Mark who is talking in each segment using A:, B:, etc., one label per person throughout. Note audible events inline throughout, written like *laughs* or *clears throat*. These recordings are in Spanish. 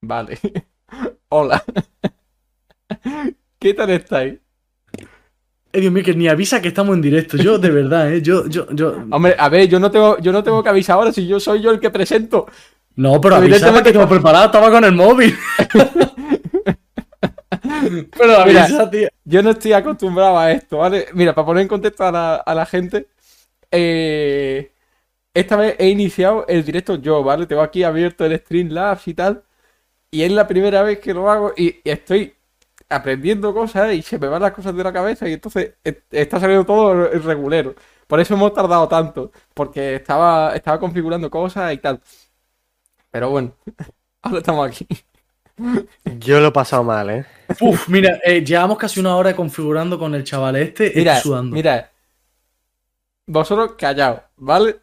A: Vale. *laughs* Hola. *laughs* ¿Qué tal estáis?
B: Eh, Dios mío, que ni avisa que estamos en directo. Yo, de verdad, ¿eh? Yo, yo, yo.
A: Hombre, a ver, yo no tengo, yo no tengo que avisar ahora si yo soy yo el que presento.
B: No, pero avisaba
A: Evidentemente-
B: que estaba preparado, estaba con el móvil. pero
A: Mira.
B: avisa, tío.
A: Yo no estoy acostumbrado a esto, ¿vale? Mira, para poner en contexto a la, a la gente, eh, esta vez he iniciado el directo yo, ¿vale? Tengo aquí abierto el Streamlabs y tal, y es la primera vez que lo hago y, y estoy aprendiendo cosas ¿eh? y se me van las cosas de la cabeza y entonces eh, está saliendo todo el regulero. Por eso hemos tardado tanto, porque estaba, estaba configurando cosas y tal. Pero bueno, *laughs* ahora estamos aquí.
C: Yo lo he pasado mal, ¿eh?
B: Uf, mira, eh, llevamos casi una hora configurando con el chaval este.
A: Mira,
B: estoy sudando.
A: mira. Vosotros callaos, ¿vale?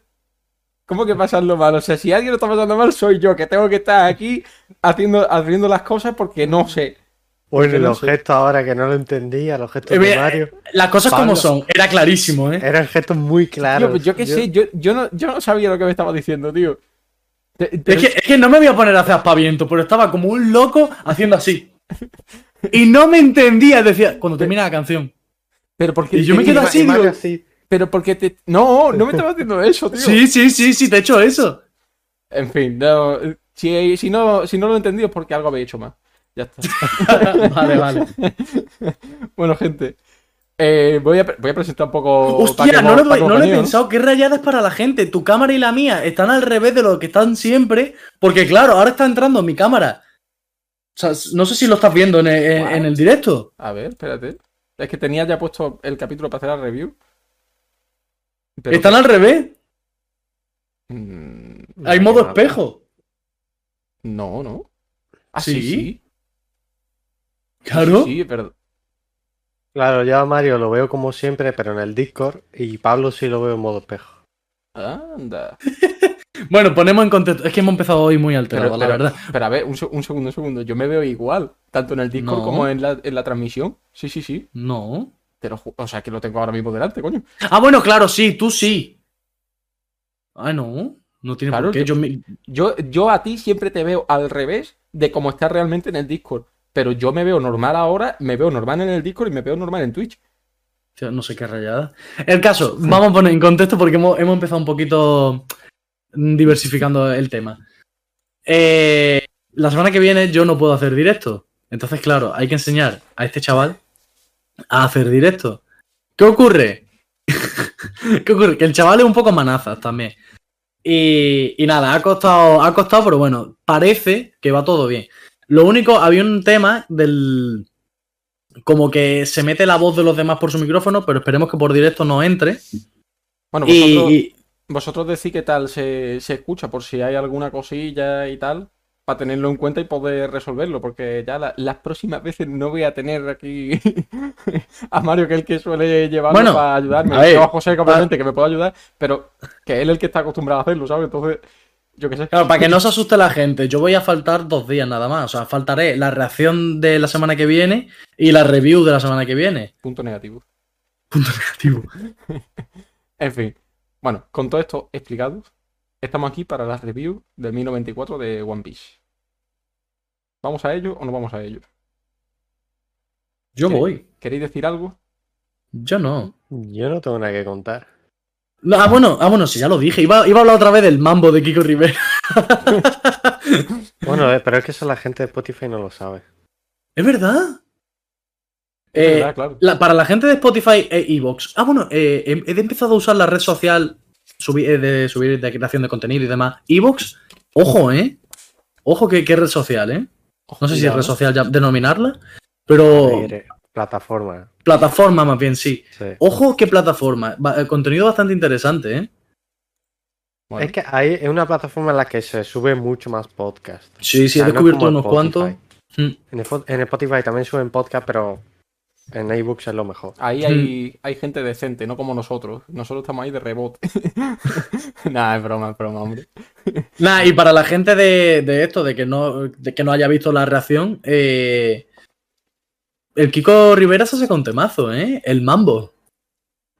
A: ¿Cómo que pasarlo mal? O sea, si alguien lo está pasando mal, soy yo, que tengo que estar aquí haciendo, haciendo las cosas porque no sé.
C: Bueno,
A: que
C: y
A: no
C: los
A: sé.
C: gestos ahora que no lo entendía, los gestos
B: Eh,
C: de
B: mira,
C: Mario,
B: Las cosas
C: Pablo.
B: como son. Era clarísimo, ¿eh?
C: eran gestos muy
A: Tío,
C: claros.
A: pues yo qué sé, yo, yo, no, yo no sabía lo que me estaba diciendo, tío. Te-
B: Es
A: pero-
B: que, es que no me voy a poner a hacer aspaviento, pero estaba como un loco haciendo así. Y no me entendía, decía, cuando termina la canción.
A: pero porque
B: y yo me
A: te-
B: quedo
C: Y Ma-
B: así,
C: y Mario
B: digo-
C: así.
A: Pero porque te. No, no me estaba haciendo eso, tío.
B: Sí, sí, sí, sí, te he hecho eso. *laughs*
A: En fin, no, si, si no, si no lo he entendido es porque algo había hecho mal. Ya está. *laughs*
B: vale, vale.
A: bueno, gente. eh, voy, a, pre- voy a presentar un poco.
B: Hostia, no
A: Paco-
B: lo, doy-
A: Paco
B: no lo he
A: Cañón.
B: pensado. Qué rayadas para la gente. Tu cámara y la mía están al revés de lo que están siempre. Porque, claro, ahora está entrando mi cámara. O sea, s- no sé si lo estás viendo en el, en- en el directo.
A: A ver, espérate. Es que tenía ya puesto el capítulo para hacer la review. Pero-
B: están al revés.
A: Mm,
B: Hay
C: Ay,
B: modo
C: madre.
B: espejo.
A: No, no. Ah, sí,
B: ¿Sí?
A: sí.
B: Claro.
A: Sí, sí, es verdad.
C: Claro, yo a Mario lo veo como siempre, pero en el Discord, y Pablo sí lo veo en modo espejo.
A: Anda.
B: Bueno, ponemos en contexto. Es que hemos empezado hoy muy alterado,
A: Pero,
B: la
A: pero-
B: verdad.
A: pero a ver, un, se- un segundo, un segundo. Yo me veo igual, tanto en el Discord
B: No.
A: como en la, en la transmisión. Sí, sí, sí.
B: No.
A: Te lo ju- o sea, que lo tengo ahora mismo delante, coño.
B: Ah, bueno, claro, sí, tú sí. Ah, no. No tiene
A: Claro,
B: por qué.
A: yo-
B: Yo me-
A: Yo, yo a ti siempre te veo al revés de cómo estás realmente en el Discord. Pero yo me veo normal ahora, me veo normal en el Discord y me veo normal en Twitch.
B: Tío, no sé qué rayada. El caso, vamos a poner en contexto porque hemos, hemos empezado un poquito diversificando el tema. Eh, la semana que viene yo no puedo hacer directo. Entonces, claro, hay que enseñar a este chaval a hacer directo. ¿Qué ocurre? *laughs* ¿Qué ocurre? Que el chaval es un poco manazas también. Y, y nada, ha costado, ha costado, pero bueno, parece que va todo bien. Lo único, había un tema del, como que se mete la voz de los demás por su micrófono, pero esperemos que por directo no entre.
A: Bueno,
B: Y,
A: vosotros,
B: y-
A: Vosotros decís qué tal se, se escucha, por si hay alguna cosilla y tal, para tenerlo en cuenta y poder resolverlo, porque ya la- las próximas veces no voy a tener aquí *laughs* a Mario, que es el que suele llevarlo
B: Bueno,
A: para ayudarme.
B: a ver,
A: Yo a José, que obviamente, que me puede ayudar, pero que él es el que está acostumbrado a hacerlo, ¿sabes? Entonces, yo qué sé.
B: claro, para que no se asuste la gente, yo voy a faltar dos días nada más. O sea, faltaré la reacción de la semana que viene y la review de la semana que viene.
A: Punto negativo.
B: Negativo.
A: En fin. Bueno, con todo esto explicado, estamos aquí para la review del 1094 de One Piece. ¿Vamos a ello o no vamos a ello?
B: Yo
A: Sí.
B: voy.
A: ¿Queréis decir algo?
B: Yo no.
C: Yo no tengo nada que contar.
B: No, ah, bueno, ah, bueno, sí, ya lo dije. Iba, iba a hablar otra vez del mambo de Kiko Rivera.
C: Bueno, eh, pero es que eso la gente de Spotify no lo sabe.
B: ¿Es verdad?
A: Es
B: Eh,
A: verdad, claro.
B: La- para la gente de Spotify e iVoox. Ah, bueno, eh, he, he empezado a usar la red social subi- eh, de subir de creación de contenido y demás. iVoox, ojo, ¿eh? Ojo que, que red social, ¿eh? No sé si es
A: Cuidado.
B: red social ya denominarla, pero
C: Aire, Plataforma.
B: plataforma más bien, sí.
C: sí.
B: Ojo qué plataforma. Va- eh, contenido bastante interesante, ¿eh?
A: Bueno.
C: Es que ahí es una plataforma en la que se sube mucho más podcast.
B: Sí, sí, he
C: Ah, no
B: descubierto
C: como en
B: unos cuantos.
C: Spotify.
B: Mm.
C: En, Spo- en Spotify también suben podcast, pero en iBooks es lo mejor.
A: Ahí hay, hay gente decente, no como nosotros. Nosotros estamos ahí de rebote. *laughs* nah, es broma, es broma, hombre.
B: Nah, y para la gente de, de esto, de que, no, de que no haya visto la reacción, eh, el Kiko Rivera se hace con temazo, ¿eh? El mambo.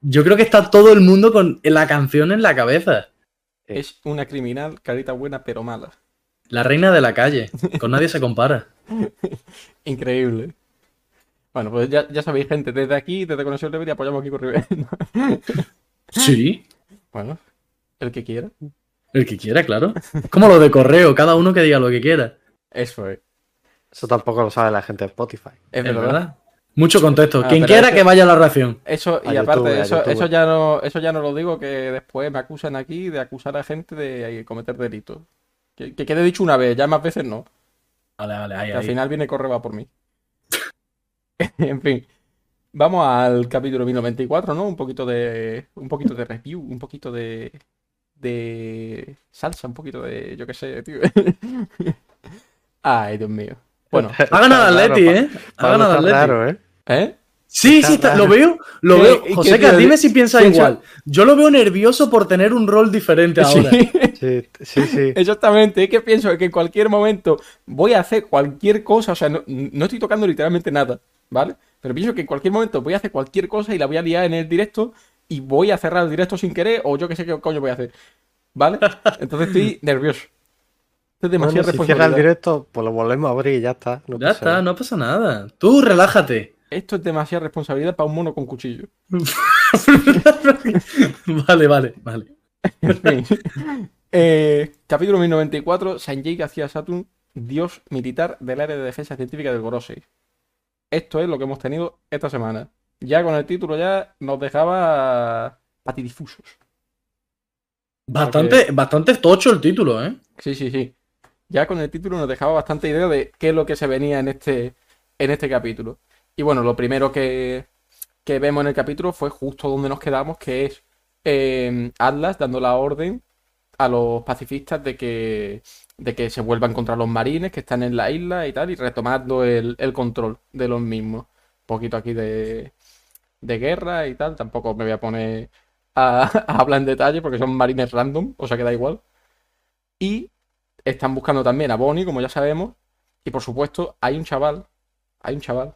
B: Yo creo que está todo el mundo con la canción en la cabeza.
C: Sí.
A: Es una criminal, carita buena pero mala.
B: La reina de la calle. Con nadie
A: *laughs*
B: se compara.
A: Increíble. Bueno, pues ya, ya sabéis, gente, desde aquí, desde Conexión Rebel, apoyamos a Kiko Rivera. *laughs*
B: Sí,
A: Bueno, el que quiera.
B: el que quiera, claro. Como lo de correo, cada uno que diga lo que quiera.
A: Eso es.
C: Eso tampoco lo sabe la gente de Spotify.
A: Es
B: Es
A: verdad.
B: verdad. Mucho contexto.
A: Ah,
B: Quien
A: pero
B: quiera
A: eso-
B: que vaya a la reacción.
A: Eso, y
C: A
A: aparte,
C: YouTube, a
A: eso,
C: YouTube.
A: eso ya no, eso ya no lo digo, que después me acusan aquí de acusar a gente de cometer delitos. Que, que quede dicho una vez, ya más veces no.
B: Vale, vale, ahí,
A: Que al
B: ahí.
A: final viene Correva por mí. *laughs* en fin. Vamos al capítulo 1094, ¿no? Un poquito de. Un poquito de review, un poquito de. de. salsa, un poquito de. yo qué sé, tío. *laughs* Ay, Dios mío.
C: *laughs*
A: Bueno,
B: Ha ganado
C: Está
B: Atleti,
C: raro,
B: ¿eh? Ha
C: Pablo,
B: ganado
C: está
B: Atleti.
C: raro, ¿eh?
A: ¿eh?
B: Sí,
C: Está
B: sí, está-
C: raro.
B: lo veo, lo
A: ¿Qué-
B: veo.
A: qué
B: Joseca,
A: tío?
B: dime si piensa
A: Pienso-
B: igual. Yo lo veo nervioso por tener un rol diferente ahora.
A: Sí.
C: Sí, sí,
B: *laughs*
C: sí.
A: Exactamente, es que pienso que en cualquier momento voy a hacer cualquier cosa, o sea, no, no estoy tocando literalmente nada, ¿vale? Pero pienso que en cualquier momento voy a hacer cualquier cosa y la voy a liar en el directo y voy a cerrar el directo sin querer o yo que sé qué coño voy a hacer, ¿vale? Entonces estoy nervioso. Esto es
C: Bueno,
A: demasiada
C: si cierra el
A: responsabilidad.
C: directo, pues lo volvemos a abrir y ya está. no
B: Ya
C: pasa
B: está,
C: nada.
B: no pasa nada. Tú relájate. *laughs*
A: Esto es demasiada responsabilidad para un mono con cuchillo.
B: vale, vale, vale.
A: En fin. *laughs* Eh, capítulo 1094, Sanjay García Saturn, dios militar del área de defensa científica del Gorosei. Esto es lo que hemos tenido esta semana. Ya con el título ya nos dejaba patidifusos.
B: Bastante, bastante tocho el título, ¿eh?
A: Sí, sí, sí. Ya con el título nos dejaba bastante idea de qué es lo que se venía en este, en este capítulo. Y bueno, lo primero que, que vemos en el capítulo fue justo donde nos quedamos, que es eh, Atlas dando la orden a los pacifistas de que, de que se vuelvan contra los marines que están en la isla y tal, y retomando el, el control de los mismos. Un poquito aquí de, de guerra y tal. Tampoco me voy a poner a, *laughs* a hablar en detalle porque son marines random, o sea que da igual. Y están buscando también a Bonnie, como ya sabemos. Y por supuesto, hay un chaval, hay un chaval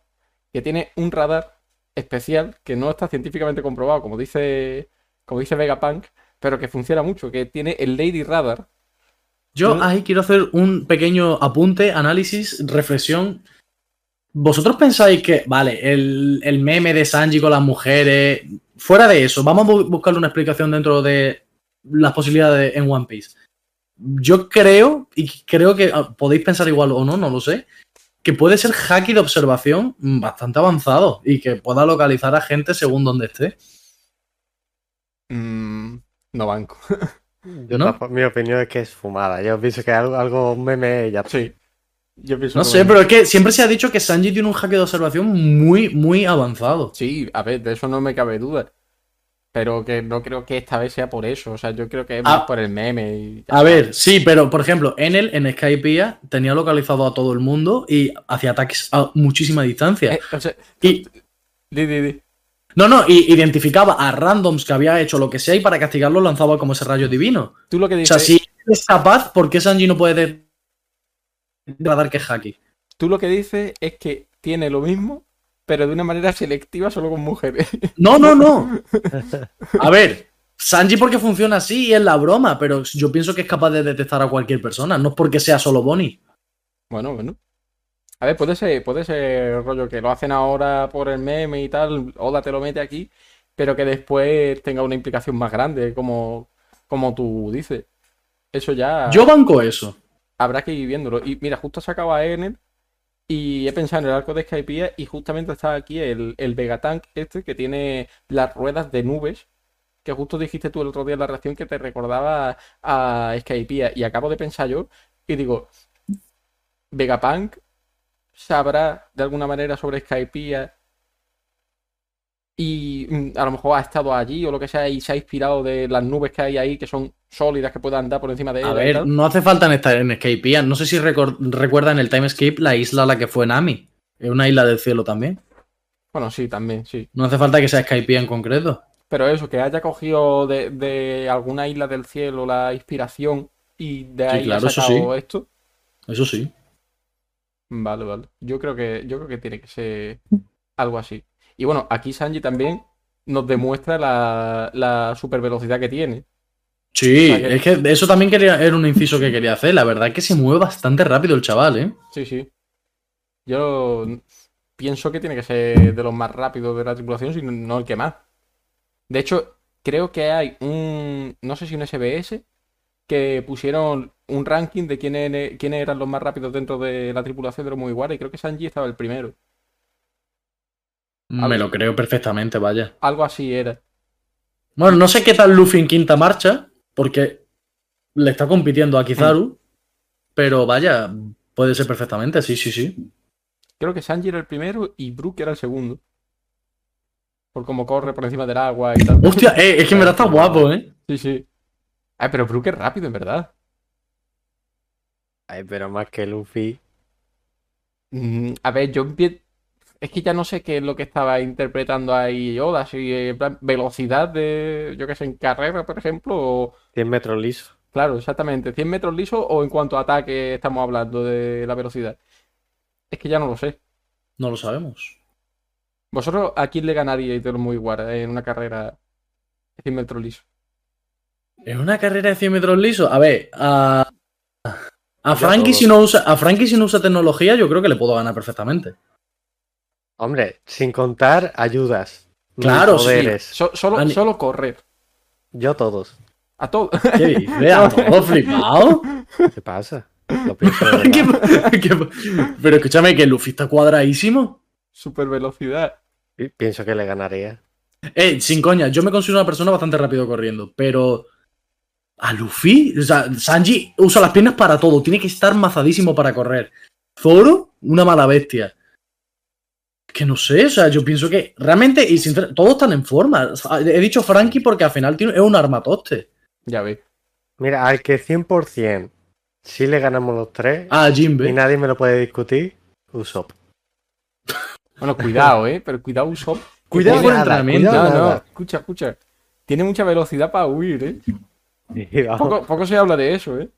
A: que tiene un radar especial que no está científicamente comprobado, como dice, como dice Vegapunk, pero que funciona mucho, que tiene el Lady Radar.
B: Yo
A: Mm.
B: ahí quiero hacer un pequeño apunte, análisis, reflexión. ¿Vosotros pensáis que, vale, el, el meme de Sanji con las mujeres, fuera de eso, vamos a bu- buscarle una explicación dentro de las posibilidades en One Piece? Yo creo, y creo que ah, podéis pensar igual o no, no lo sé, que puede ser hacking de observación mm, bastante avanzado y que pueda localizar a gente según donde esté.
A: Mm, no banco.
C: Yo
B: ¿No?
C: tampoco- mi opinión es que es fumada. Yo pienso que algo, algo un meme y ya está.
A: Sí. Yo pienso
B: No
A: lo
B: sé,
A: mismo.
B: pero es que siempre se ha dicho que Sanji tiene un hack de observación muy, muy avanzado.
A: Sí, a ver, de eso no me cabe duda. Pero que no creo que esta vez sea por eso. O sea, yo creo que es más
B: Ah.
A: por el meme y ya
B: A
A: está.
B: ver, sí, pero por ejemplo, Enel en Skypiea tenía localizado a todo el mundo y hacía ataques a muchísima distancia.
A: Eh, o sea,
B: Y
A: di, di, di.
B: no, no, y identificaba a randoms que había hecho lo que sea y para castigarlo lanzaba como ese rayo divino.
A: Tú lo que
B: O
A: dices,
B: sea, si es capaz, ¿por qué Sanji no puede de- radar que Haki?
A: tú lo que dices es que tiene lo mismo, pero de una manera selectiva solo con mujeres. *laughs*
B: No, no, no. A ver, Sanji porque funciona así y es la broma, pero yo pienso que es capaz de detectar a cualquier persona, no es porque sea solo Bonnie.
A: Bueno, bueno. A ver, puede ser, puede ser rollo que lo hacen ahora por el meme y tal, Oda te lo mete aquí, pero que después tenga una implicación más grande, como, como tú dices. Eso ya.
B: Yo banco eso.
A: habrá que ir viéndolo. Y mira, justo se acaba Enel y he pensado en el arco de Skypiea y justamente está aquí el, el Vegatank este que tiene las ruedas de nubes, que justo dijiste tú el otro día en la reacción que te recordaba a Skypiea. Y acabo de pensar yo y digo, Vegapunk sabrá de alguna manera sobre Skypiea y mm, a lo mejor ha estado allí o lo que sea y se ha inspirado de las nubes que hay ahí que son sólidas que puedan andar por encima de
B: A
A: ellas. y
B: ver,
A: tal.
B: no hace falta estar en Skypiea. No sé si recor- recuerdan el timescape, la isla a la que fue Nami. Es una isla del cielo también.
A: Bueno, sí, también, sí.
B: No hace falta que sea Skypiea en concreto.
A: Pero eso, que haya cogido de, de alguna isla del cielo la inspiración y de ahí ha
B: claro, eso
A: sacado esto.
B: Eso sí.
A: Vale, vale. Yo creo que, yo creo que tiene que ser algo así. Y bueno, aquí Sanji también nos demuestra la, la super velocidad que tiene.
B: Sí,
A: O sea que-
B: es que eso también quería, era un inciso que quería hacer. La verdad es que se mueve bastante rápido el chaval, ¿eh?
A: Sí, sí. Yo pienso que tiene que ser de los más rápidos de la tripulación, si no el que más. De hecho, creo que hay un, no sé si un SBS, que pusieron un ranking de quién e- quiénes eran los más rápidos dentro de la tripulación de los muy y creo que Sanji estaba el primero. A
B: Me
A: ver.
B: lo creo perfectamente, vaya.
A: Algo así era.
B: Bueno, no sé qué tal Luffy en quinta marcha, porque le está compitiendo a
A: Mm.
B: Kizaru, pero vaya, puede ser perfectamente, sí, sí, sí.
A: Creo que Sanji era el primero y Brook era el segundo. Por cómo corre por encima del agua y tal.
B: Hostia, eh, es que en verdad está
A: *laughs*
B: guapo, ¿eh?
A: Sí, sí. Ay, pero Brook es rápido, en verdad.
C: Ay, pero más que Luffy.
A: Mm, A ver, yo empie- Es que ya no sé qué es lo que estaba interpretando ahí Oda, si eh, en plan, velocidad de, yo qué sé, en carrera, por ejemplo, o,
C: 100 metros liso.
A: claro, exactamente, 100 metros lisos o en cuanto a ataque estamos hablando de la velocidad. Es que ya no lo sé.
B: No lo sabemos.
A: ¿Vosotros a quién le ganaríais de los muy en una carrera de 100 metros lisos?
B: ¿Es una carrera de 100 metros liso? A ver, a. A
C: Ya
B: Frankie,
C: todos.
B: si no usa, a Frankie si no usa tecnología, yo creo que le puedo ganar perfectamente.
C: Hombre, sin contar ayudas. ni
B: Claro, sí.
C: poderes.
A: So- solo,
B: Ani-
A: solo correr.
C: Yo todos.
A: A todo. *laughs*
B: ¿Qué dice? ¿A
C: *laughs*
B: todo flipado?
C: ¿Qué pasa? Lo
B: *laughs*
C: pienso de verdad.
B: ¿Qué- qué- pero escúchame, que Luffy está cuadradísimo.
A: Super velocidad.
C: Y Pienso que le ganaría.
B: Eh, sin coña, yo me considero una persona bastante rápido corriendo, pero. A Luffy, o sea, Sanji usa las piernas para todo, tiene que estar mazadísimo para correr. Zoro, una mala bestia. Que no sé, o sea, yo pienso que realmente, y sincer- todos están en forma. O sea, He dicho Frankie porque al final tiene, es un armatoste.
A: Ya ves.
C: Mira, al que 100% sí le ganamos los tres
B: Ah,
C: y
B: Jinbe.
C: nadie me lo puede discutir, Usopp.
A: Bueno, cuidado, eh, pero cuidado Usopp.
B: Cuidado con el
C: Nada,
A: No,
B: entrenamiento.
C: cuidado
A: no,
C: *laughs* nada.
A: escucha, escucha. Tiene mucha velocidad para huir, ¿eh?
C: Cuidado.
A: Poco, poco se habla de eso, ¿eh?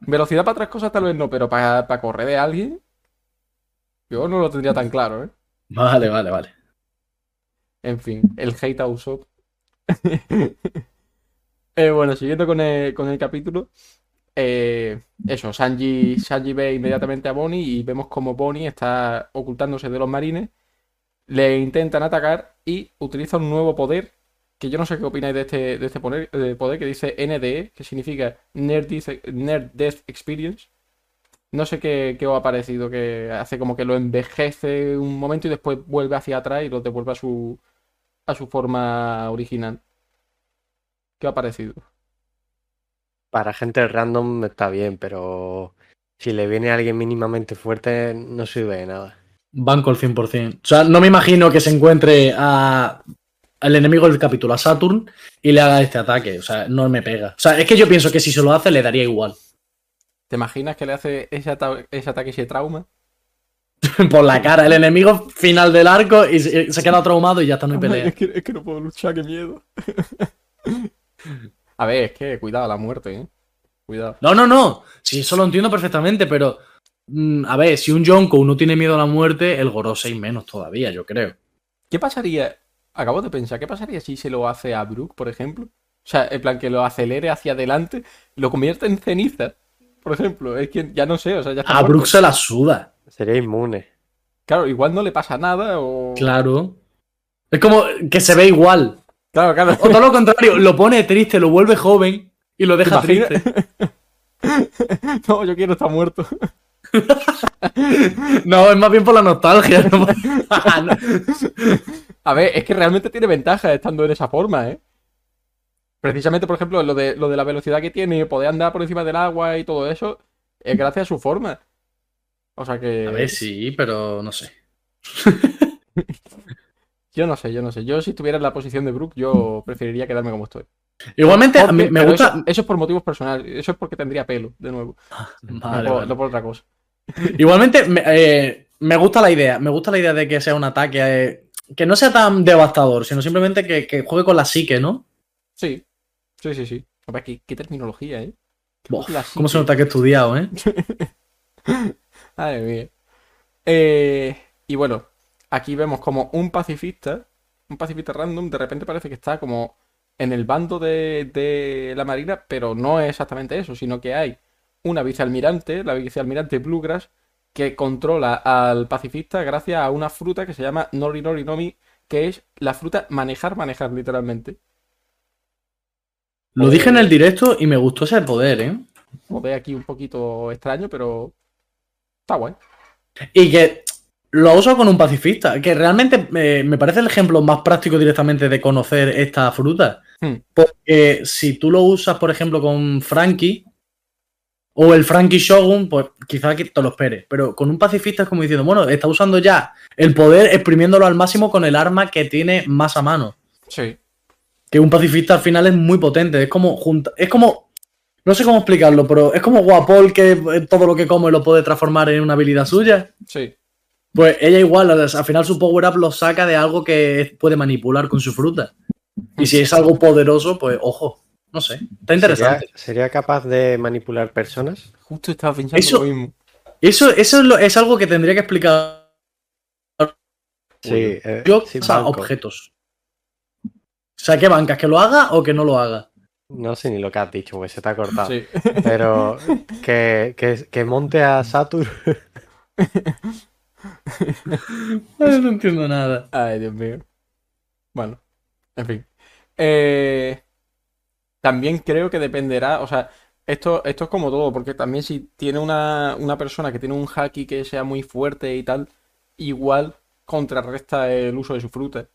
A: Velocidad para otras cosas tal vez no, pero para, para correr de alguien, yo no lo tendría tan claro, ¿eh?
B: Vale, vale, vale.
A: En fin, el hate a Usopp. *laughs* Eh, bueno, siguiendo con el, con el capítulo, eh, eso, Sanji, Sanji ve inmediatamente a Bonnie y vemos como Bonnie está ocultándose de los marines, le intentan atacar y utiliza un nuevo poder, que yo no sé qué opináis de este, de este poder, eh, poder que dice NDE, que significa Nerd, Dis- Nerd Death Experience. No sé qué, qué os ha parecido, que hace como que lo envejece un momento y después vuelve hacia atrás y lo devuelve a su, a su forma original. ¿Qué os ha parecido?
C: Para gente random está bien, pero si le viene alguien mínimamente fuerte, no sirve de nada.
B: Banco al 100%. O sea, no me imagino que se encuentre a, al enemigo del capítulo, a Saturn, y le haga este ataque. O sea, no me pega. O sea, es que yo pienso que si se lo hace le daría igual. *laughs*
A: ¿Te imaginas que le hace ese, ata- ese ataque, ese trauma?
B: Por la cara, el enemigo final del arco y se, se queda traumado y ya está, no hay pelea.
A: que, no puedo luchar, qué miedo. *laughs* a ver, es que cuidado la muerte, ¿eh? Cuidado.
B: No, no, no. Sí, eso lo entiendo perfectamente, pero. mm, a ver, si un Yonko no tiene miedo a la muerte, el Gorosei menos todavía, yo creo.
A: ¿Qué pasaría? Acabo de pensar, ¿qué pasaría si se lo hace a Brook, por ejemplo? O sea, en plan que lo acelere hacia adelante, lo convierte en ceniza, por ejemplo. Es que ya no sé, o sea, ya está
B: A
A: muerto.
B: Ah, Brook se la suda.
C: Sería inmune.
A: Claro, igual no le pasa nada o...
B: Claro. Es como que se ve igual.
A: claro. claro.
B: O todo lo contrario, lo pone triste, lo vuelve joven y lo deja
A: ¿Te imaginas?
B: triste.
A: *laughs* No, yo quiero estar muerto.
B: No, es más bien por la nostalgia. *laughs* ¿no? Ah, No.
A: *laughs* A ver, es que realmente tiene ventaja estando en esa forma, ¿eh? Precisamente, por ejemplo, lo de, lo de la velocidad que tiene, poder andar por encima del agua y todo eso, es gracias a su forma. O sea que...
B: A ver, sí, pero no sé.
A: Yo no sé, yo no sé. Yo si estuviera en la posición de Brook, yo preferiría quedarme como estoy.
B: Igualmente, a mí
A: Porque-
B: me
A: pero
B: gusta.
A: Eso, eso es por motivos personales. Eso es porque tendría pelo, de nuevo.
B: Vale,
A: no, por,
B: vale.
A: no por otra cosa.
B: Igualmente, me, eh, me gusta la idea. Me gusta la idea de que sea un ataque. eh, que no sea tan devastador, sino simplemente que, que juegue con la psique, ¿no?
A: Sí. Sí, sí, sí. A ver, qué, qué terminología, ¿eh?
B: Bof,
A: La psique.
B: ¿Cómo se nota que he estudiado, eh?
A: Madre mía. Eh, y bueno, aquí vemos como un pacifista, un pacifista random, de repente parece que está como en el bando de, de la Marina, pero no es exactamente eso, sino que hay una vicealmirante, la vicealmirante Bluegrass, que controla al pacifista gracias a una fruta que se llama Nori Nori Nomi, que es la fruta manejar, manejar, literalmente.
B: Lo dije en el directo y me gustó ese poder, ¿eh?
A: Lo ve aquí un poquito extraño, pero está guay.
B: Y que lo uso con un pacifista, que realmente eh, me parece el ejemplo más práctico directamente de conocer esta fruta.
A: Hmm.
B: Porque si tú lo usas, por ejemplo, con Frankie o el Frankie Shogun, pues quizás que te lo esperes. Pero con un pacifista es como diciendo, bueno, está usando ya el poder exprimiéndolo al máximo con el arma que tiene más a mano.
A: Sí.
B: Que un pacifista al final es muy potente. Es como junta, es como. No sé cómo explicarlo, pero es como Guapol que eh, todo lo que come lo puede transformar en una habilidad suya.
A: Sí.
B: Pues ella igual, o sea, al final su power up lo saca de algo que puede manipular con su fruta. Y si es algo poderoso, pues ojo, no sé. Está interesante.
C: ¿Sería, sería capaz de manipular personas?
A: Justo estaba pensando
B: Eso-
A: lo mismo.
B: Eso, eso es, lo- es algo que tendría que explicar
C: Sí. eh,
B: yo,
C: sí,
B: o sea,
C: banco.
B: objetos. O sea, ¿qué bancas? ¿Que lo haga o que no lo haga?
C: No sé ni lo que has dicho, porque se te ha cortado.
A: Sí.
C: Pero que, que- que monte a Satur.
B: Ay, no entiendo nada.
A: Ay, Dios mío. Bueno, en fin. Eh, también creo que dependerá, o sea, esto, esto es como todo, porque también si tiene una, una persona que tiene un haki que sea muy fuerte y tal, igual contrarresta el uso de su fruta.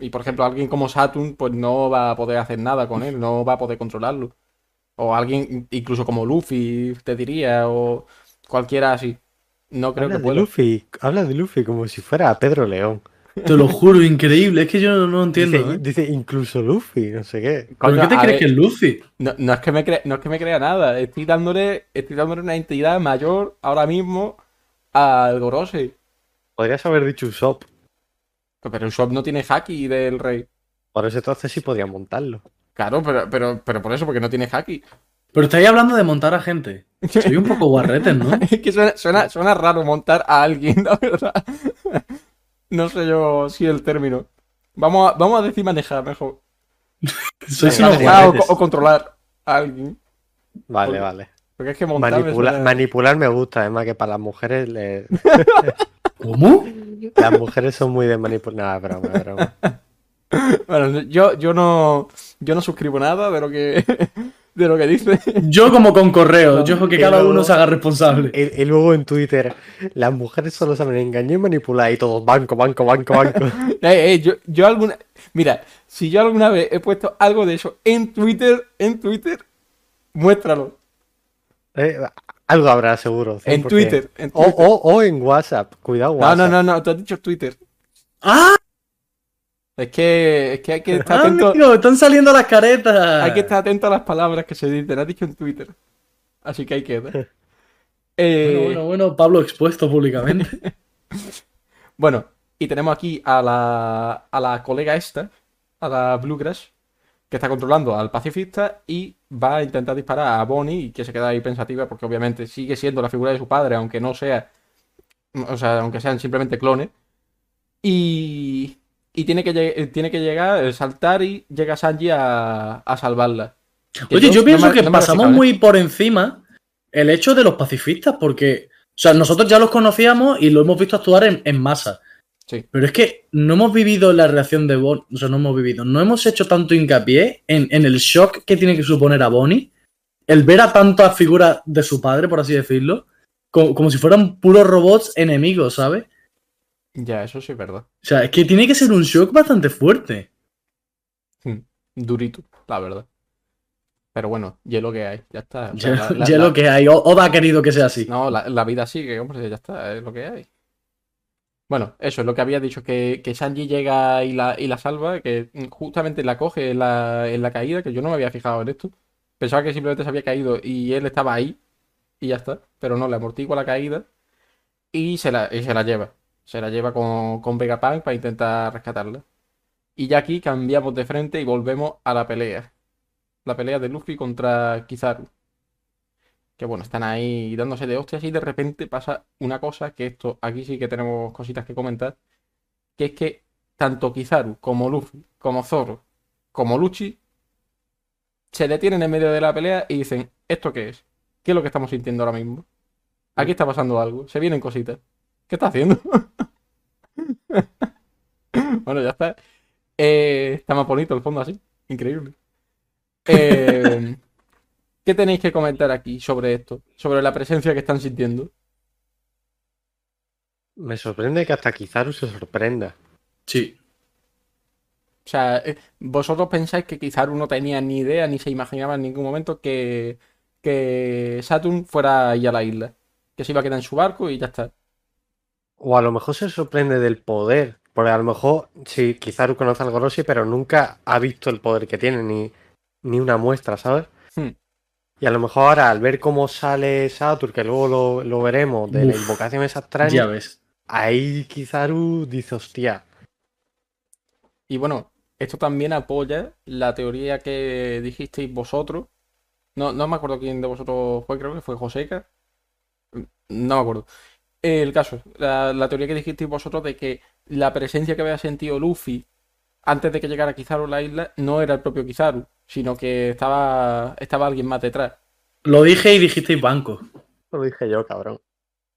A: Y por ejemplo, alguien como Saturn, pues no va a poder hacer nada con él, no va a poder controlarlo. O alguien, incluso como Luffy, te diría, o cualquiera así. No creo
C: Habla
A: que
C: de
A: pueda.
C: Luffy. Habla de Luffy como si fuera Pedro León.
B: Te lo juro, increíble. Es que yo no, no entiendo.
C: Dice,
B: ¿eh?
C: dice incluso Luffy, no sé qué.
B: ¿Pero
A: Coño,
B: qué te
A: a
B: crees
A: ver.
B: que es Luffy?
A: No, no es que me crea, no es que me crea nada, estoy dándole, estoy dándole una entidad mayor ahora mismo al Gorosei.
C: Podrías haber dicho Usopp.
A: Pero Usopp no tiene haki del rey.
C: Por ese entonces sí podía montarlo.
A: Claro, pero, pero, pero por eso, porque no tiene haki. *laughs*
B: Pero estáis hablando de montar a gente. Soy un poco
A: *laughs*
B: guarrete, ¿no?
A: Es que suena, suena, suena raro montar a alguien, *laughs* la verdad. No sé yo si el término. Vamos a, vamos a decir manejar mejor.
B: Sois
C: Venga,
B: unos
A: Manejar o,
B: guarretes.
A: co- Ah, o controlar a alguien.
C: Vale,
A: Por-
C: vale.
A: Porque es que montar me
C: Manipula-
A: suena-
C: manipular me gusta, además que para las mujeres le-
B: ¿Cómo?
C: las mujeres son muy de manipular. Nada, broma, broma.
A: Bueno, yo, yo no, yo no suscribo nada de lo que, *laughs* de lo que dice.
B: Yo como con correo, yo creo que
C: Y
B: cada
C: luego-
B: uno se haga responsable.
C: Y, y luego en Twitter, las mujeres solo saben engañar y manipular y todos banco, banco, banco, banco.
A: Eh, eh, yo, yo alguna. Mira, si yo alguna vez he puesto algo de eso en Twitter, en Twitter, muéstralo.
C: Eh, algo habrá seguro.
A: En
C: 100%.
A: Twitter, en
C: O,
A: Twitter.
C: o- o en WhatsApp. Cuidado,
A: No,
C: Oh, WhatsApp.
A: no, no, no, tú has dicho Twitter.
B: ¡Ah!
A: Es que, es que hay que estar atento.
B: Amigo, están saliendo las caretas.
A: Hay que estar atento a las palabras que se dicen. Has dicho en Twitter. Así que hay que Eh,
B: Bueno, bueno, bueno, Pablo
A: *laughs*
B: expuesto públicamente.
A: Bueno, y tenemos aquí a la, a la colega esta, a la Bluegrass, que está controlando al pacifista y va a intentar disparar a Bonnie y que se queda ahí pensativa porque obviamente sigue siendo la figura de su padre, aunque no sea, o sea, aunque sean simplemente clones. Y, y tiene que, lle- tiene que llegar, eh, saltar y llega Sanji a, a salvarla. Que
B: Oye, yo
A: no
B: pienso
A: me-
B: que
A: no me lo sé,
B: pasamos
A: ¿vale?
B: muy por encima el hecho de los pacifistas, porque, o sea, nosotros ya los conocíamos y lo hemos visto actuar en, en masa.
A: Sí.
B: Pero es que no hemos vivido la reacción de Bonnie, o sea, no hemos vivido, no hemos hecho tanto hincapié en, en el shock que tiene que suponer a Bonnie, el ver a tantas figuras de su padre, por así decirlo, co- como, si fueran puros robots enemigos, ¿sabes?
A: Ya, eso sí es verdad.
B: O sea, es que tiene que ser un shock bastante fuerte.
A: Durito, la verdad. Pero bueno, hielo que hay, ya está. O sea,
B: *laughs* Ya,
A: la- la-
B: ya
A: la-
B: lo que hay. O- Oda ha querido que sea así.
A: No, la, la vida sigue, hombre, ya está, es lo que hay. Bueno, eso es lo que había dicho, que, que Sanji llega y la, y la salva, que justamente la coge en la, en la caída, que yo no me había fijado en esto. Pensaba que simplemente se había caído y él estaba ahí y ya está, pero no, le amortigua la caída y se la, y se la lleva. Se la lleva con, con Vegapunk para intentar rescatarla. Y ya aquí cambiamos de frente y volvemos a la pelea. La pelea de Luffy contra Kizaru. Que bueno, están ahí dándose de hostias y de repente pasa una cosa, que esto, aquí sí que tenemos cositas que comentar, que es que tanto Kizaru como Luffy, como Zoro, como Luchi, se detienen en medio de la pelea y dicen, ¿esto qué es? ¿Qué es lo que estamos sintiendo ahora mismo? Aquí está pasando algo, se vienen cositas. ¿Qué está haciendo? *laughs* bueno, ya está. Eh, está más bonito el fondo así, increíble. Eh, ¿Qué tenéis que comentar aquí sobre esto? Sobre la presencia que están sintiendo.
C: Me sorprende que hasta Kizaru se sorprenda.
B: Sí.
A: O sea, eh, vosotros pensáis que Kizaru no tenía ni idea ni se imaginaba en ningún momento que, que Saturn fuera ahí a la isla. Que se iba a quedar en su barco y ya está.
C: O a lo mejor se sorprende del poder. Porque a lo mejor, sí, Kizaru conoce al Goroshi, pero nunca ha visto el poder que tiene, ni, ni una muestra, ¿sabes?
A: Hmm.
C: Y a lo mejor ahora, al ver cómo sale Saturn, que luego lo, lo veremos, de la
B: Uf,
C: invocación esa extraña,
B: Ya ves.
C: ahí Kizaru dice, hostia,
A: Y bueno, esto también apoya la teoría que dijisteis vosotros. No, no me acuerdo quién de vosotros fue, creo que fue Joseca. No me acuerdo. El caso, la, la teoría que dijisteis vosotros de que la presencia que había sentido Luffy antes de que llegara Kizaru a la isla no era el propio Kizaru, sino que estaba, estaba alguien más detrás.
B: Lo dije y dijisteis banco.
C: lo dije yo, cabrón.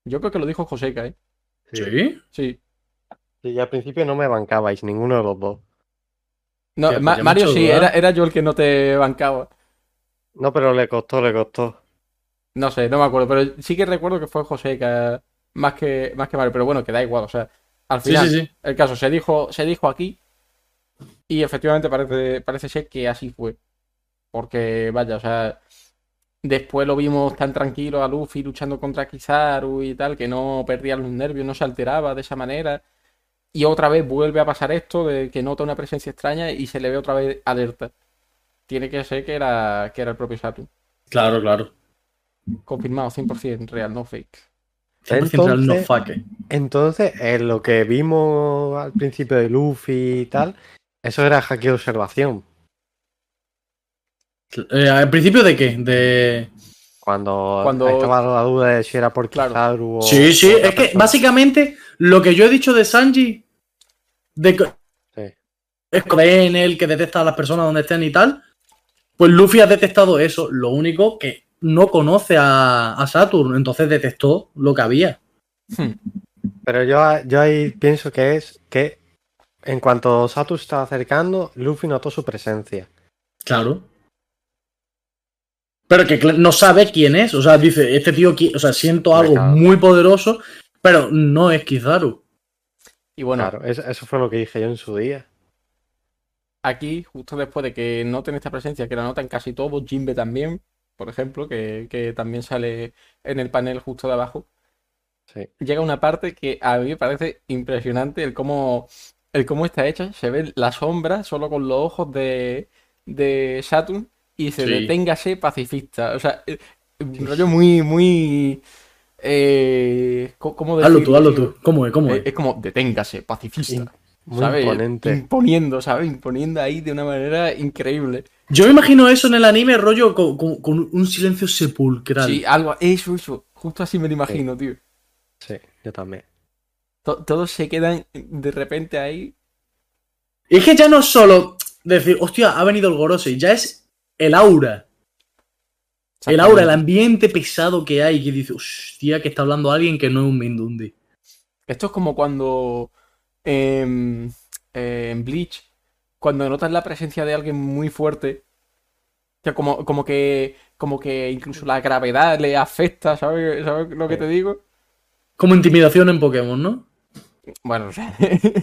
A: Yo creo que lo dijo Joseca, ¿eh?
C: Sí.
B: ¿Sí?
A: Sí.
C: Sí, Y al principio no me bancabais, ninguno de los dos.
A: No,
B: Hostia, pues
A: Ma-
B: ya
A: Mario
B: mucho
A: sí,
B: dudar.
A: era, era yo el que no te bancaba.
C: No, pero le costó, le costó.
A: No sé, no me acuerdo, pero sí que recuerdo que fue Joseca más que, más que Mario, pero bueno, que da igual, o sea, al
B: Sí,
A: final,
B: sí, sí.
A: el caso se dijo, se dijo aquí y efectivamente parece, parece ser que así fue. Porque, vaya, o sea, después lo vimos tan tranquilo a Luffy luchando contra Kizaru y tal, que no perdía los nervios, no se alteraba de esa manera. Y otra vez vuelve a pasar esto de que nota una presencia extraña y se le ve otra vez alerta. Tiene que ser que era, que era el propio Saturn.
B: Claro, claro.
A: Confirmado, 100% real, no fake.
B: 100% real, no
C: Entonces-
B: faque.
C: Entonces, eh, lo que vimos al principio de Luffy y tal, eso era hackeo observación.
B: Eh, ¿Al principio de qué? De...
C: Cuando,
A: Cuando-
C: estaba la duda de si era por
A: Claro.
C: Kizaru o.
B: Sí, sí,
A: oh,
C: otra
B: es que
C: persona.
B: básicamente lo que yo he dicho de Sanji de co-
C: Sí.
B: es que ve en él que detecta a las personas donde estén y tal, pues Luffy ha detectado eso, lo único que no conoce a, a Saturn, entonces detectó lo que había.
C: Pero yo, yo ahí pienso que es que en cuanto Saturn estaba acercando, Luffy notó su presencia.
B: Claro. Pero que cl- no sabe quién es, o sea, dice, este tío, qui- o sea, siento algo
C: Claro.
B: muy poderoso, pero no es Kizaru.
A: Y bueno,
C: Claro, es- eso fue lo que dije yo en su día.
A: aquí, justo después de que noten esta presencia, que la notan casi todos, Jimbe también, por ejemplo, que, que también sale en el panel justo de abajo,
C: Sí.
A: llega una parte que a mí me parece impresionante el cómo, el cómo está hecha. Se ve la sombra solo con los ojos de, de Saturn y se
B: Sí.
A: deténgase pacifista. O sea, eh, un rollo muy, muy... Eh, co- ¿cómo
B: Hazlo tú,
A: decirlo,
B: hazlo
A: tío?
B: tú. ¿Cómo es? ¿Cómo
A: Eh,
B: es?
A: Es como deténgase, pacifista.
C: Muy
A: ¿sabes?
C: imponente.
A: Imponiendo, ¿sabes? Imponiendo ahí de una manera increíble.
B: Yo me imagino eso en el anime, rollo con, con- con un silencio sepulcral.
A: Sí, algo, eso, eso. Justo así me lo imagino, tío.
C: Sí, yo también.
A: To- todos se quedan de repente ahí.
B: Es que ya no es solo decir, hostia, ha venido el Gorosei, ya es el aura. El aura, el ambiente pesado que hay, que dice, hostia, que está hablando alguien que no es un Mindundi.
A: Esto es como cuando em, eh, en Bleach, cuando notas la presencia de alguien muy fuerte, que como, como que como que incluso la gravedad le afecta, ¿sabes? ¿Sabes lo que
C: Sí.
A: te digo?
B: Como intimidación en Pokémon, ¿no? *laughs*
A: Bueno, o sea,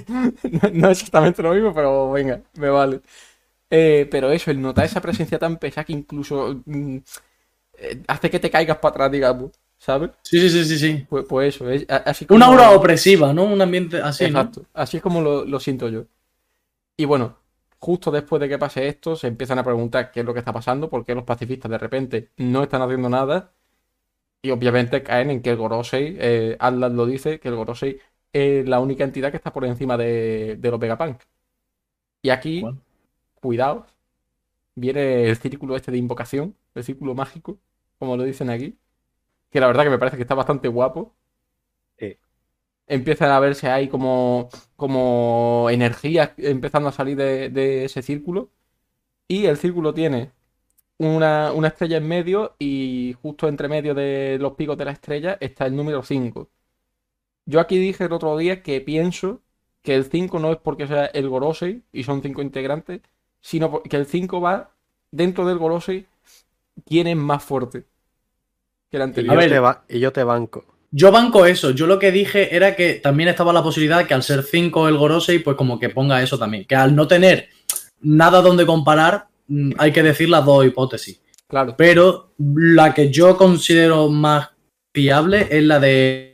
A: no, no exactamente lo mismo, pero venga, me vale. Eh, pero eso, el notar esa presencia tan pesada que incluso mm, eh, hace que te caigas para atrás, digamos, ¿sabes?
B: Sí, sí, sí, sí, sí.
A: Pues, pues eso, es a- así como...
B: Una aura opresiva, ¿no? Un ambiente así, ¿no?
A: Exacto, así es como lo, lo siento yo. Y bueno, justo después de que pase esto, se empiezan a preguntar qué es lo que está pasando, por qué los pacifistas de repente no están haciendo nada. Y obviamente caen en que el Gorosei, eh, Atlas lo dice, que el Gorosei es la única entidad que está por encima de, de los Vegapunk. Y aquí,
B: Bueno.
A: cuidado, viene el círculo este de invocación, el círculo mágico, como lo dicen aquí, que la verdad que me parece que está bastante guapo.
C: Sí.
A: Empiezan a verse ahí como, como energías empezando a salir de, de ese círculo. Y el círculo tiene una, una estrella en medio y justo entre medio de los picos de la estrella está el número 5. Yo aquí dije el otro día que pienso que el 5 no es porque sea el Gorosei y son 5 integrantes, sino por- que el 5 va dentro del Gorosei quién es más fuerte que el
C: Y,
A: anterior.
C: yo
B: ver.
C: te ba- y yo te banco.
B: Yo banco eso. Yo lo que dije era que también estaba la posibilidad que al ser 5 el Gorosei, pues como que ponga eso también. Que al no tener nada donde comparar, mm, hay que decir las dos hipótesis.
A: Claro.
B: Pero la que yo considero más fiable es la de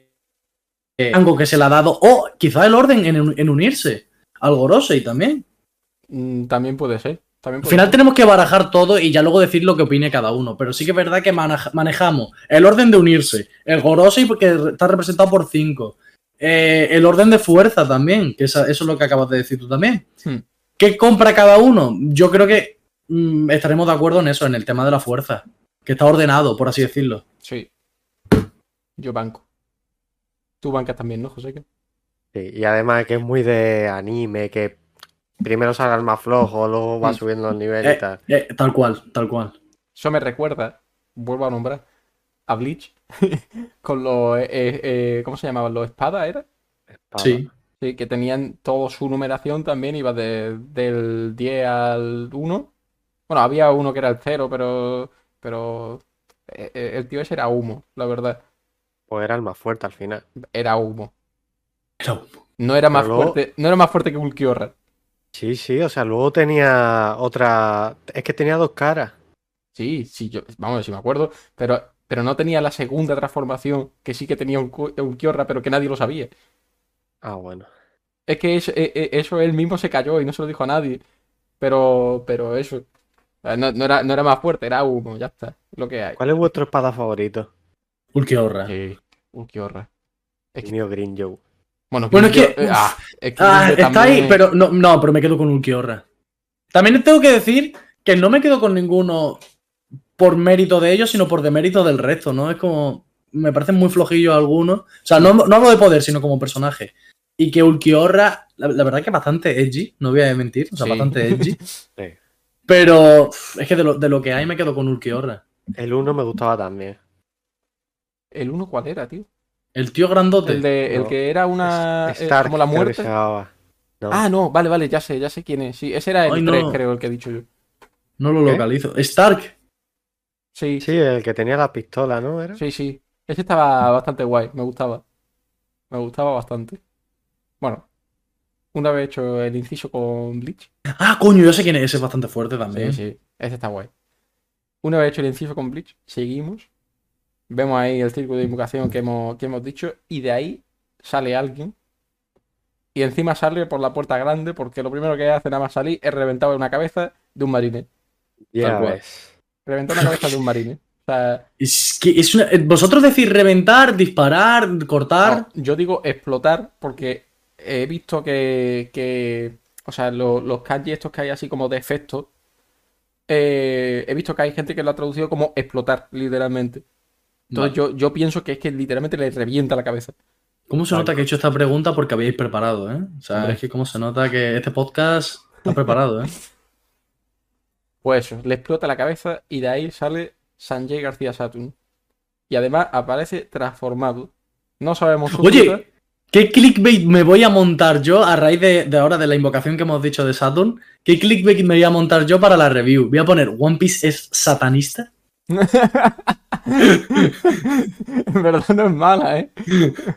B: eh, algo que se le ha dado. O quizá el orden en, en unirse al Gorosei también.
A: Mm, También puede ser. También
B: Al
A: puede
B: final
A: ser.
B: tenemos que barajar todo y ya luego decir lo que opine cada uno. Pero sí que es verdad que manaj- manejamos el orden de unirse, el Gorosei porque re- está representado por 5, el orden de fuerza también, que esa- eso es lo que acabas de decir tú también.
A: Hmm.
B: ¿Qué compra cada uno? Yo creo que mm, estaremos de acuerdo en eso, en el tema de la fuerza, que está ordenado, por así decirlo.
A: Sí. Yo banco. Tú bancas también, ¿no, José?
C: Sí, y además que es muy de anime, que primero sale el más flojo, luego va
A: Mm.
C: subiendo el nivel
B: Eh,
C: y tal.
B: eh, tal cual, tal cual.
A: Eso me recuerda, vuelvo a nombrar, a Bleach. *laughs* con los. eh, eh, eh, ¿Cómo se llamaban? ¿Los espadas era?
B: Sí.
A: Sí, que tenían todo su numeración también, iba de- del 10 al 1. Bueno, había uno que era el 0, pero. Pero. eh, eh, El tío ese era humo, la verdad.
C: Pues era el más fuerte al final.
A: Era humo.
B: Pero-
A: No era más
C: Pero luego-
A: fuerte. No era más fuerte que Ulquiorra.
C: Sí, sí, o sea, luego tenía otra. Es que tenía dos caras.
A: Sí, sí, yo, vamos, si me acuerdo, pero, pero no tenía la segunda transformación que sí que tenía un, cu- un Kiorra, pero que nadie lo sabía.
C: Ah, bueno.
A: Es que eso, e- e- eso él mismo se cayó y no se lo dijo a nadie. Pero, pero eso. eh, No, no era, no era más fuerte, era humo, ya está. Lo que hay.
C: ¿Cuál es vuestro espada favorito?
B: Ulquiorra.
A: Sí, un Kiorra. Es que-
C: El mío Green Joe.
A: Bueno,
B: Bueno, es
A: Kiorra-
B: que-
A: ah, es que
B: Ah,
A: Ninja
B: está
A: también-
B: ahí, pero no, no, pero me quedo con Ulquiorra. También tengo que decir que no me quedo con ninguno por mérito de ellos, sino por demérito del resto, ¿no? Es como. Me parecen muy flojillos algunos. O sea, no, no hablo de poder, sino como personaje. Y que Ulquiorra, la, la verdad que bastante edgy, no voy a mentir, o
A: *laughs*
B: sea,
A: Sí.
B: bastante edgy. Pero uf, es que de lo, de lo que hay me quedo con Ulquiorra.
C: El uno me gustaba también.
A: ¿El uno cuál era, tío?
B: El tío grandote.
A: El de, el
C: No,
A: que era una. eh,
C: Stark,
A: como la
C: creo que se
A: muerte.
C: llamaba. No.
A: Ah, no, vale, vale, ya sé, ya sé quién es. Sí, ese era el
B: Ay,
A: 3,
B: no.
A: creo, el que he dicho yo.
B: No lo
C: ¿Qué?
B: localizo. Stark.
A: Sí,
C: Sí, el que tenía la pistola, ¿no? ¿Era?
A: Sí, sí. Ese estaba bastante guay, me gustaba. Me gustaba bastante. Bueno, una vez hecho el inciso con Bleach.
B: Ah, coño, yo sé quién es. Ese es bastante fuerte
A: Sí,
B: también.
A: sí, ese está guay. Una vez hecho el inciso con Bleach, seguimos. Vemos ahí el círculo de invocación que hemos, que hemos dicho. Y de ahí sale alguien. Y encima sale por la puerta grande, porque lo primero que hace nada más salir es reventar una cabeza de un marine.
C: Ya
A: Tal cual.
C: ves.
A: Reventar una cabeza de un marine. O sea,
B: Es que es una- eh, Vosotros decís reventar, disparar, cortar.
A: No, yo digo explotar porque he visto que, que o sea, lo- los kanji estos que hay así como de efectos, eh, he visto que hay gente que lo ha traducido como explotar, literalmente. Entonces
B: Vale.
A: yo, yo pienso que es que literalmente le revienta la cabeza.
B: ¿Cómo se
C: Vale.
B: nota que he hecho esta pregunta porque habéis preparado, eh? O sea,
A: Hombre.
B: es que cómo se nota que este podcast está preparado, eh. *laughs*
A: Pues eso, le explota la cabeza y de ahí sale Sanjay García Saturn. Y además aparece transformado. No sabemos su fruta.
B: Oye, ¿qué clickbait me voy a montar yo a raíz de, de ahora de la invocación que hemos dicho de Saturn? ¿Qué clickbait me voy a montar yo para la review? Voy a poner One Piece es satanista.
A: *laughs* en verdad no es mala, ¿eh?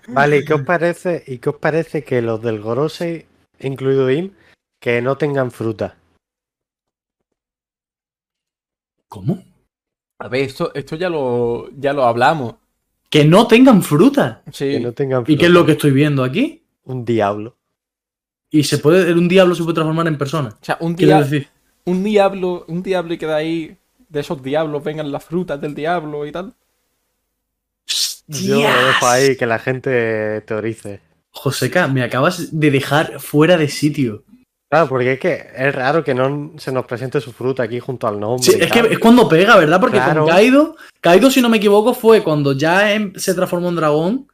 C: Vale, ¿y
B: *clears throat*
C: qué os parece? ¿Y qué os parece que los del Gorosei, incluido Im, que no tengan fruta?
B: ¿Cómo?
A: A ver, esto, esto ya lo, ya lo hablamos.
B: Que no tengan fruta.
A: Sí.
C: Que no tengan fruta.
B: ¿Y qué es lo que estoy viendo aquí?
C: Un diablo.
B: Y se puede, un diablo se puede transformar en persona.
A: O sea, un,
B: Quiero
A: dia-
B: decir.
A: un diablo, un diablo y que de ahí, de esos diablos vengan las frutas del diablo y tal.
C: Yo lo dejo
B: ¡Hostias!
C: ahí, que la gente teorice.
B: Joseca, me acabas de dejar fuera de sitio.
C: Claro, porque es que es raro que no se nos presente su fruta aquí junto al nombre.
B: Sí,
C: y
B: es que
C: tal.
B: es cuando pega, ¿verdad? Porque
C: Claro.
B: con Kaido, Kaido, si no me equivoco, fue cuando ya em- se transformó en dragón,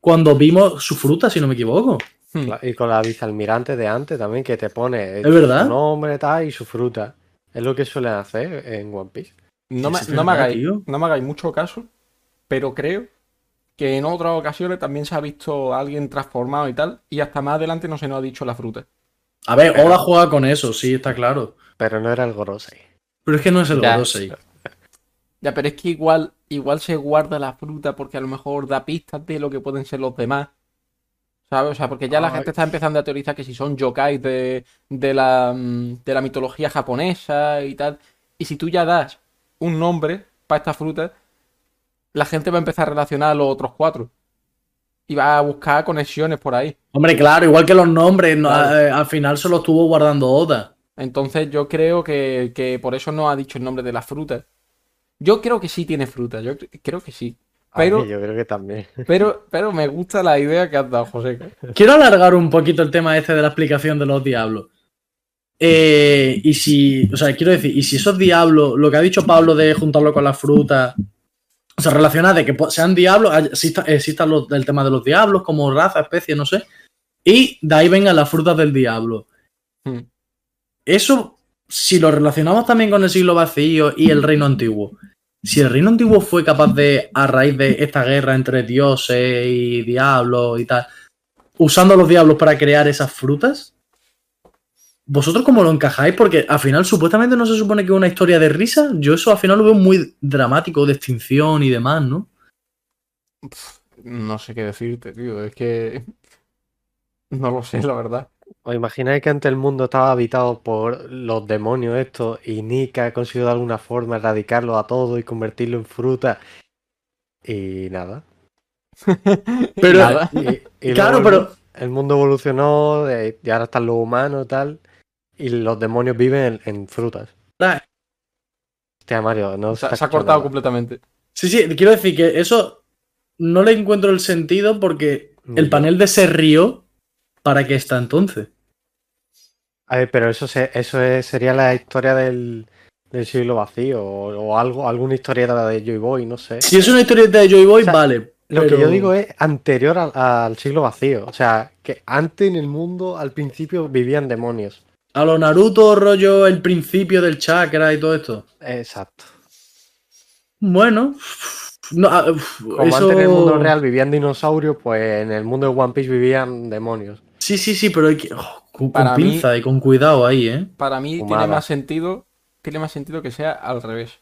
B: cuando vimos su fruta, si no me equivoco.
A: Hmm.
C: Cla- Y con la vicealmirante de antes también, que te pone
B: ¿Es verdad?
C: su nombre tal, y su fruta. Es lo que suelen hacer en One Piece.
A: No me,
B: Eso es
A: no me
B: verdad,
A: hagáis,
B: tío.
A: no me hagáis mucho caso, pero creo que en otras ocasiones también se ha visto a alguien transformado y tal, y hasta más adelante no se nos ha dicho la fruta.
B: A ver, Oda juega con eso, sí, está claro.
C: Pero no era el Gorosei.
B: Pero es que no es el
A: Ya.
B: Gorosei.
A: Ya, pero es que igual, igual se guarda la fruta porque a lo mejor da pistas de lo que pueden ser los demás. ¿Sabes? O sea, porque ya la
C: Ay.
A: gente está empezando a teorizar que si son yokai de, de la, mm, de la mitología japonesa y tal. Y si tú ya das un nombre para esta fruta, la gente va a empezar a relacionar a los otros cuatro. Y va a buscar conexiones por ahí.
B: Hombre, claro, igual que los nombres, no,
A: Claro.
B: a- eh, al final se los estuvo guardando Oda.
A: Entonces yo creo que, que por eso no ha dicho el nombre de la fruta. Yo creo que sí tiene fruta, yo cre- creo que sí.
C: A mí
A: Pero-
C: yo creo que también. *laughs*
A: Pero, pero me gusta la idea que has dado, José.
B: Quiero alargar un poquito el tema este de la explicación de los diablos. Eh, y si, o sea, quiero decir, y si esos diablos, lo que ha dicho Pablo de juntarlo con la fruta, se relaciona de que po- sean diablos, hay- exista, exista lo- el tema de los diablos como raza, especie, no sé, y de ahí vengan las frutas del diablo.
A: Hmm.
B: Eso, si lo relacionamos también con el siglo vacío y el reino antiguo, si el reino antiguo fue capaz de, a raíz de esta guerra entre dioses y diablos y tal, usando a los diablos para crear esas frutas, ¿vosotros cómo lo encajáis? Porque al final supuestamente no se supone que es una historia de risa, yo eso al final lo veo muy dramático, de extinción y demás, ¿no?
A: No sé qué decirte, tío. Es que. *laughs* No lo sé, la verdad.
C: ¿Os imagináis que antes el mundo estaba habitado por los demonios estos y Nika ha conseguido de alguna forma erradicarlo a todos y convertirlo en fruta? Y
A: *laughs*
C: nada.
B: Pero-
A: Nada.
C: Y- y
B: claro,
C: luego el-
B: pero
C: El mundo evolucionó de- y ahora están los humanos y tal. Y los demonios viven en, en frutas.
B: Ah.
C: Hostia, Mario, no
A: Se,
C: estás
A: se ha cortado
C: escuchando
A: completamente.
B: Sí, sí, quiero decir que eso no le encuentro el sentido porque
C: Ni
B: el
C: yo.
B: panel de ese río, ¿para qué está entonces?
C: A ver, pero eso, se- eso es- sería la historia del, del siglo vacío o, o algo, alguna historieta de Joy Boy, no sé.
B: Si es una historieta de Joy Boy,
C: O sea,
B: vale.
C: Lo
B: pero-
C: que yo digo es anterior al, al siglo vacío. O sea, que antes en el mundo, al principio, vivían demonios.
B: A lo Naruto, rollo, el principio del chakra y todo esto.
C: Exacto.
B: Bueno. No, ah, uf,
C: Como
B: eso...
C: antes en el mundo real vivían dinosaurios, pues en el mundo de One Piece vivían demonios.
B: Sí, sí, sí, pero hay que. oh, con, con
A: Para mí-
B: pinza y con cuidado ahí, ¿eh?
A: Para mí
C: Fumada.
A: tiene más sentido. Tiene más sentido que sea al revés.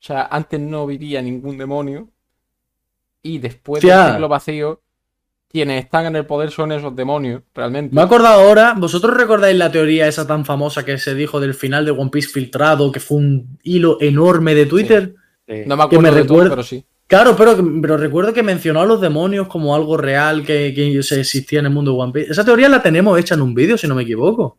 A: O sea, antes no vivía ningún demonio. Y después
B: Hostia.
A: del siglo vacío, quienes están en el poder son esos demonios, realmente.
B: Me he acordado ahora, ¿vosotros recordáis la teoría esa tan famosa que se dijo del final de One Piece filtrado, que fue un hilo enorme de Twitter?
C: Sí.
A: No me
B: que
A: acuerdo
B: me
A: de todo,
B: recuerda-
A: pero sí.
B: Claro, pero, pero recuerdo que mencionó a los demonios como algo real que, que se existía en el mundo de One Piece. Esa teoría la tenemos hecha en un vídeo, si no me equivoco.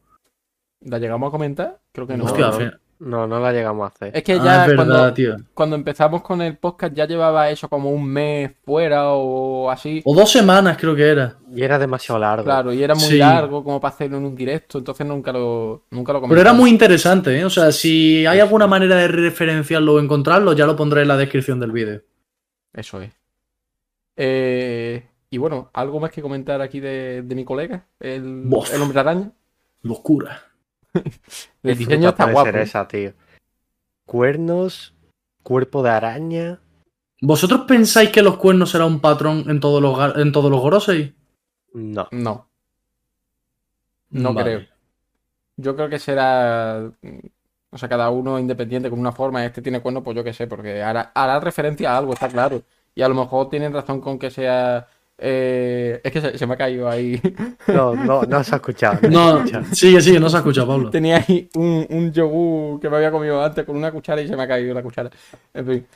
A: ¿La llegamos a comentar? Creo que no.
B: Hostia, al
C: no.
B: final-
C: No, no la llegamos a hacer.
A: Es que
B: Ah,
A: ya
B: es verdad,
A: cuando,
B: tío.
A: cuando empezamos con el podcast ya llevaba eso como un mes fuera o así.
B: O dos semanas creo que era.
C: Y era demasiado largo.
A: Claro, y era muy
B: Sí.
A: largo como para hacerlo en un directo, entonces nunca lo, nunca lo
B: Pero era
A: comentamos.
B: muy interesante, ¿eh? O sea, si hay alguna manera de referenciarlo o encontrarlo, ya lo pondré en la descripción del vídeo.
A: Eso es. Eh, y bueno, ¿algo más que comentar aquí de, de mi colega? El,
B: Bof.
A: el hombre araña.
B: Locura.
A: El
C: ¿Qué
A: diseño
C: fruta
A: está
C: puede
A: guapo. ¿eh?
C: ser esa, tío? Cuernos, cuerpo de araña.
B: ¿Vosotros pensáis que los cuernos será un patrón en todos los, gar- en todos los Gorosei?
C: No.
A: No, no
B: Vale.
A: creo. Yo creo que será. mm, O sea, cada uno independiente con una forma. Este tiene cuerno, pues yo qué sé, porque hará, hará referencia a algo, está claro. Y a lo mejor tienen razón con que sea. eh, es que se, se me ha caído ahí. *laughs*
C: No, no, no se ha escuchado. se
B: *laughs*
C: ha
B: No,
C: escuchado.
B: sigue, sigue, no se ha escuchado, Pablo.
A: Tenía ahí un, un yogur que me había comido antes con una cuchara y se me ha caído la cuchara. En fin.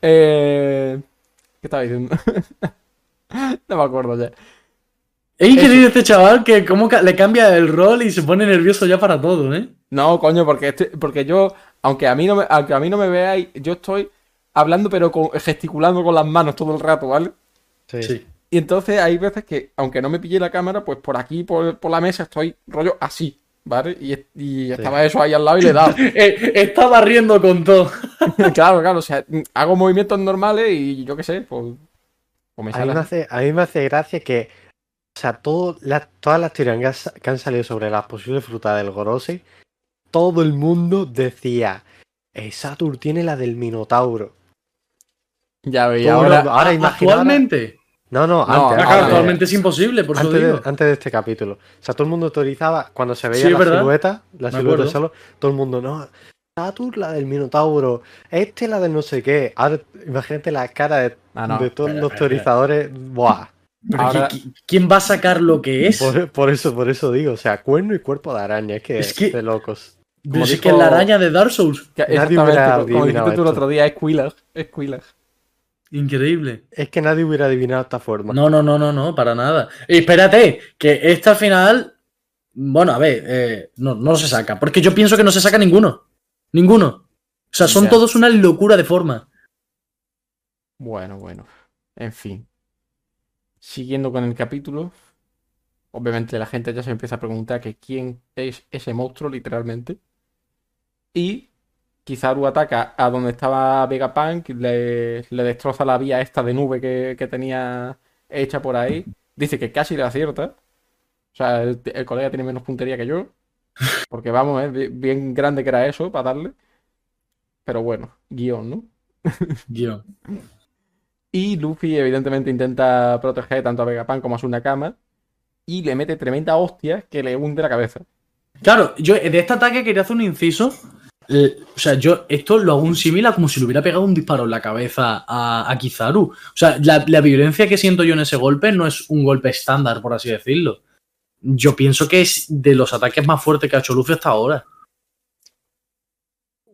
A: Eh, ¿Qué estaba diciendo? *laughs* no me acuerdo ya.
B: Es increíble este chaval que cómo ca- le cambia el rol y se pone nervioso ya para todo, ¿eh?
A: No, coño, porque, este- porque yo, aunque a mí no me, aunque a mí no me veáis, yo estoy hablando pero con- gesticulando con las manos todo el rato, ¿vale?
C: Sí.
B: Sí.
A: Y entonces hay veces que, aunque no me pille la cámara, pues por aquí, por, por la mesa, estoy rollo así, ¿vale? Y, y estaba eso ahí al lado y le he dado.
B: *laughs* Eh, estaba riendo con todo.
A: claro, claro, o sea, hago movimientos normales y yo qué sé, pues, pues me
C: A mí,
A: sale
C: me
A: así.
C: hace, a mí me hace gracia que, o sea, todo la- todas las teorías que han sa- que han salido sobre las posibles frutas del Gorosei todo el mundo decía, "Eh, Saturn tiene la del Minotauro.
A: Ya veis,
C: Todo
A: ahora.
C: el- ahora imagina-
B: Actualmente.
C: No,
A: No,
C: no, antes.
A: ahora-
B: ah,
A: eh,
B: Claro,
C: antes.
B: actualmente es imposible, por eso
C: antes,
B: digo.
C: de, antes de este capítulo. O sea, todo el mundo autorizaba, cuando se veía
B: Sí, es
C: la
B: verdad.
C: silueta, la
B: Me
C: silueta
B: acuerdo.
C: solo, todo el mundo, no, Saturn la del Minotauro, este la del no sé qué. Ahora imagínate la cara de,
A: Ah, no.
C: de todos
B: espera,
C: los
B: espera, espera.
C: autorizadores. Buah.
B: Pero
A: Ahora- Pues,
B: ¿qui- qui- ¿Quién va a sacar lo que es?
C: Por, por eso, por eso digo, o sea, cuerno y cuerpo de araña, es que
B: Es
C: es
B: que-
C: de locos.
A: como
B: Pues es
A: dijo-
B: que es la araña de Dark Souls.
A: Que-
C: Nadie
A: exactamente,
C: hubiera
A: como- como dijiste
C: adivinado
A: tú el
C: esto.
A: otro día, Squilag. Squilag.
B: Increíble.
C: Es que nadie hubiera adivinado esta forma.
B: No, no, no, no, no, para nada. Y espérate, que esta final. Bueno, a ver, eh, no, no se saca. Porque yo pienso que no se saca ninguno. Ninguno. O sea, son
A: Ya.
B: todos una locura de forma.
A: Bueno, bueno. En fin. Siguiendo con el capítulo. Obviamente la gente ya se empieza a preguntar que quién es ese monstruo, literalmente. Y Kizaru ataca a donde estaba Vegapunk, le, le destroza la vía esta de nube que, que tenía hecha por ahí. Dice que casi le acierta. O sea, el, el colega tiene menos puntería que yo. Porque vamos, eh, bi- bien grande que era eso para darle. Pero bueno, guión, ¿no?
B: Guión.
A: Y Luffy, evidentemente, intenta proteger tanto a Vegapunk como a su Nakama. Y le mete tremenda hostia que le hunde la cabeza.
B: Claro, yo de este ataque quería hacer un inciso. Eh, O sea, yo esto lo hago un similar como si le hubiera pegado un disparo en la cabeza a, a Kizaru. O sea, la, la violencia que siento yo en ese golpe no es un golpe estándar, por así decirlo. Yo pienso que es de los ataques más fuertes que ha hecho Luffy hasta ahora.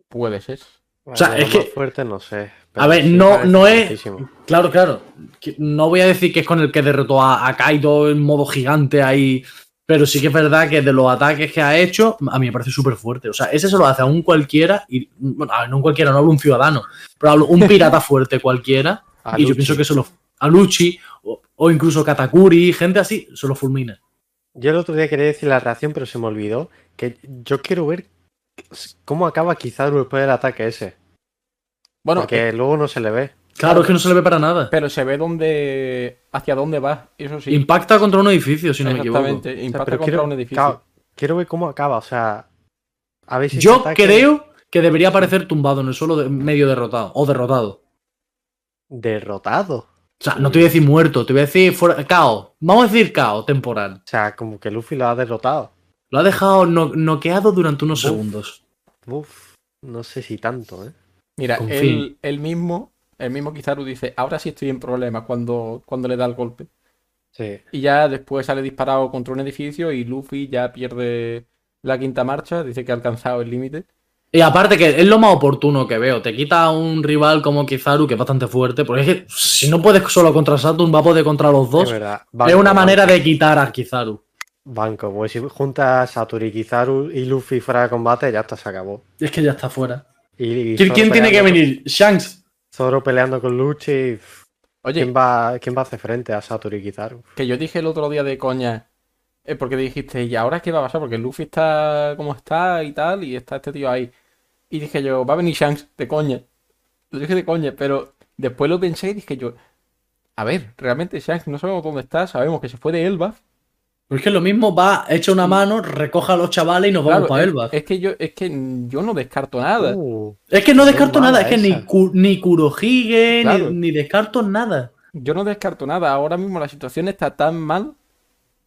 A: Puede ser.
C: O
B: sea, es que-
C: fuerte no sé.
B: A ver, no-
C: parece
B: no es-
C: fuertísimo.
B: Claro, claro. Que- No voy a decir que es con el que derrotó a, a Kaido en modo gigante ahí. Pero sí que es verdad que de los ataques que ha hecho, a mí me parece súper fuerte. O sea, ese se lo hace a un cualquiera, y bueno, a ver, no un cualquiera, no hablo un ciudadano, pero hablo un pirata fuerte cualquiera.
C: A
B: y yo
C: Luffy.
B: pienso que se lo. A Luchi, o, o incluso Katakuri, gente así, se lo fulmina.
C: Yo el otro día quería decir la reacción, pero se me olvidó. Que yo quiero ver cómo acaba Kizaru después del ataque ese.
A: Bueno,
C: porque
A: eh,
C: luego no se le ve.
B: Claro, es que no se le ve para nada.
A: pero se ve dónde. hacia dónde va. Eso sí.
B: Impacta contra un edificio, si no me equivoco.
A: Exactamente.
C: O sea,
A: Impacta
C: pero
A: contra
C: quiero,
A: un edificio.
C: claro, quiero ver cómo acaba. O sea, a ver si
B: Yo
C: este ataque
B: creo que debería aparecer tumbado en el suelo, de- medio derrotado o derrotado.
C: derrotado.
B: O sea, no te voy a decir muerto, te voy a decir fuera, caos. Vamos a decir caos temporal.
C: O sea, como que Luffy lo ha derrotado.
B: Lo ha dejado no- noqueado durante unos
C: Uf.
B: segundos.
C: Uf, no sé si tanto, ¿eh?
A: Mira,
B: con
A: él,
B: fin.
A: él mismo. El mismo Kizaru dice, ahora sí estoy en problemas cuando, cuando le da el golpe.
C: Sí.
A: Y ya después sale disparado contra un edificio y Luffy ya pierde la quinta marcha. Dice que ha alcanzado el límite.
B: Y aparte que es lo más oportuno que veo. Te quita a un rival como Kizaru, que es bastante fuerte. Porque es que si no puedes solo contra Saturn, va a poder contra los dos.
C: Es verdad.
B: es
C: Banco,
B: una
C: banco,
B: manera de quitar a Kizaru.
C: Banco, pues si juntas Satori y Kizaru y Luffy fuera de combate, ya hasta se acabó.
B: Es que ya está fuera.
C: Y, y
B: ¿Quién,
C: Zoro
B: quién tiene que
C: peleando-
B: venir? Shanks.
C: Zoro peleando con Luchi. pff,
A: Oye,
C: ¿Quién va, ¿Quién va a hacer frente a Satori y Kizaru?
A: Que yo dije el otro día de coña, eh, porque dijiste, ¿y ahora qué va a pasar? Porque Luffy está como está y tal, y está este tío ahí. Y dije yo, va a venir Shanks, de coña. Lo dije de coña, pero después lo pensé y dije yo, a ver, realmente Shanks no sabemos dónde está, sabemos que se fue de Elbaf.
B: Porque es que lo mismo va, echa
C: Mm.
B: una mano, recoja a los chavales y nos
A: Claro,
B: vamos para
A: es-
B: Elba.
A: Es, que yo, es que yo no descarto nada.
C: Uh,
B: Es que no
C: Qué
B: descarto nada, es
C: mala
B: que ni,
C: esa.
B: Ku- ni Kurohige, ni-
A: Claro.
B: ni, descarto nada.
A: Yo no descarto nada. Ahora mismo la situación está tan mal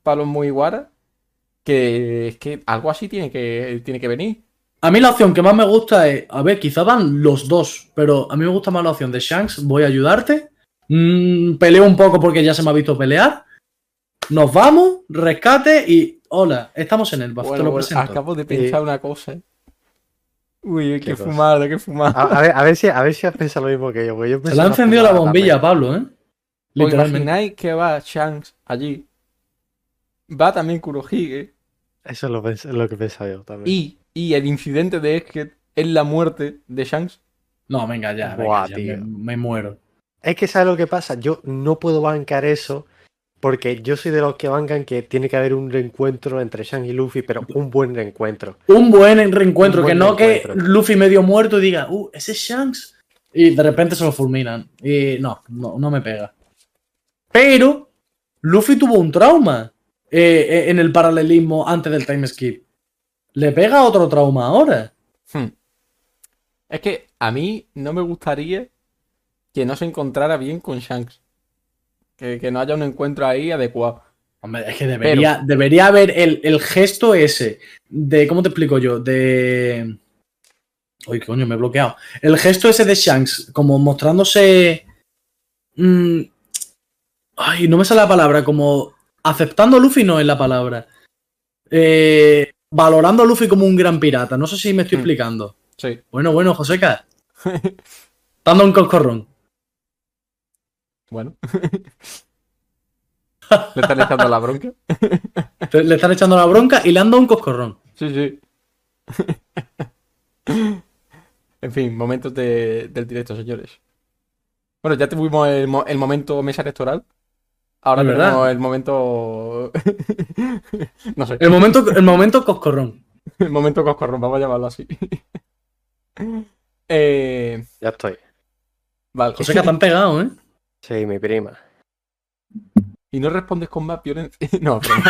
A: para los Mugiwara que es que algo así tiene que, tiene que venir.
B: A mí la opción que más me gusta es, a ver, quizá van los dos, pero a mí me gusta más la opción de Shanks, voy a ayudarte, mm, peleo un poco porque ya se me ha visto pelear, nos vamos, rescate y hola, estamos en el
A: Bueno,
B: te lo
A: bueno,
B: presento. Eh,
A: acabo de pensar una cosa. ¿eh? Uy, qué,
C: ¿Qué cosa?
A: fumada, qué
B: Ah,
A: fumada.
C: a, a ver, a ver si, a ver si has pensado lo mismo que yo. porque yo
B: se
C: pensé
B: le ha
C: una
B: encendido la
C: fumada
B: bombilla a
C: también.
B: Pablo, ¿eh?
A: ¿Os
B: Literalmente.
A: imagináis que va Shanks allí? Va también Kurohige.
C: Eso es lo, pens- lo que pensaba yo también.
A: Y, y el incidente de Esket es la muerte de Shanks.
B: No, venga ya, venga
C: Buah,
B: ya,
C: tío.
B: me, me muero.
C: Es que ¿sabes lo que pasa? Yo no puedo bancar eso porque yo soy de los que bancan que tiene que haber un reencuentro entre Shang y Luffy, pero un buen reencuentro.
B: Un buen reencuentro,
C: Un buen
B: que no que
C: reencuentro.
B: Luffy medio muerto y diga, uh, ese es Shanks. Y de repente se lo fulminan. Y no, no, no me pega. Pero Luffy tuvo un trauma eh, eh, en el paralelismo antes del time skip. Le pega otro trauma ahora.
A: Hmm. Es que a mí no me gustaría que no se encontrara bien con Shanks. Que, que no haya un encuentro ahí adecuado.
B: Hombre, es que debería, debería haber el, el gesto ese de. ¿Cómo te explico yo? De. Uy, coño, me he bloqueado. El gesto ese de Shanks, como mostrándose. mm, ay, no me sale la palabra. Como aceptando a Luffy no es la palabra. Eh, valorando a Luffy como un gran pirata. No sé si me estoy
A: Mm.
B: explicando.
A: Sí.
B: Bueno, bueno, Joseca. Dando un coscorrón.
A: Bueno. *laughs* ¿Le están echando la bronca?
B: Te- Le están echando la bronca y le han dado un coscorrón.
A: Sí, sí. *laughs* En fin, momentos de- del directo, señores. Bueno, ya tuvimos el, mo- el momento mesa electoral. Ahora
B: Es verdad.
A: tenemos el momento. *laughs* No sé,
B: El momento, el momento coscorrón.
A: *laughs* el momento coscorrón, vamos a llamarlo así. *laughs* Eh,
C: Ya estoy.
A: vale.
B: Joseca, te han pegado, ¿eh?
C: Sí, mi prima.
A: Y no respondes con más violencia. *laughs* No, broma.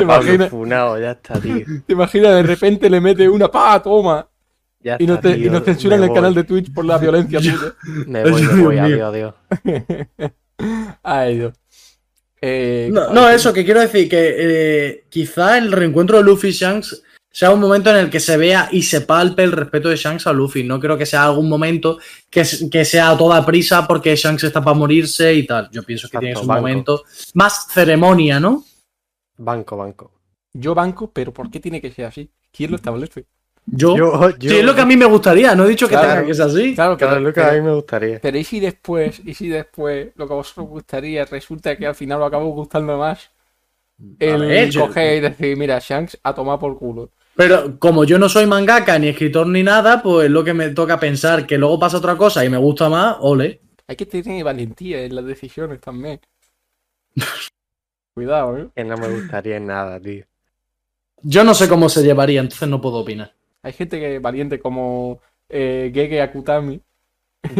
B: *laughs*
A: ¿Te
C: Pablo,
A: imaginas?
C: funao, ya está, tío.
A: te imaginas, de repente le mete una pa, toma.
C: Ya
A: Y no
C: está,
A: te, y
C: tío,
A: nos censuran
C: me
A: el canal
C: voy.
A: de Twitch por la
B: *laughs*
A: violencia
B: Yo-
A: tuya.
C: Me voy, me
B: Dios
C: voy,
B: mío.
C: adiós, adiós.
A: Ay, Dios. Eh,
B: No,
A: claro,
B: no,
A: sí.
B: eso, que quiero decir que eh, quizá el reencuentro de Luffy y Shanks sea un momento en el que se vea y se palpe el respeto de Shanks a Luffy. No creo que sea algún momento que, s- que sea a toda prisa porque Shanks está para morirse y tal. Yo pienso que
C: Exacto,
B: tiene que ser un
C: banco.
B: momento más ceremonia, ¿no?
C: Banco, banco.
A: Yo banco, pero ¿por qué tiene que ser así? ¿Quién lo establece?
B: Yo.
C: Yo,
B: Sí, es lo que a mí me gustaría, no he dicho que
A: Claro.
B: tenga que sea así.
A: Claro, pero,
C: Claro, es lo que a mí
A: pero,
C: me gustaría.
A: pero ¿y si después, y si después lo que a vosotros os gustaría resulta que al final lo acabo gustando más? El
B: ver, yo-
A: coger y decir, mira, Shanks ha tomado por culo.
B: Pero como yo no soy mangaka, ni escritor, ni nada, pues es lo que me toca pensar que luego pasa otra cosa y me gusta más, ole.
A: Hay que tener valentía en las decisiones también. Cuidado, ¿eh?
C: Que no me gustaría nada, tío.
B: Yo no sé cómo se llevaría, entonces no puedo opinar.
A: Hay gente que es valiente como eh, Gege Akutami.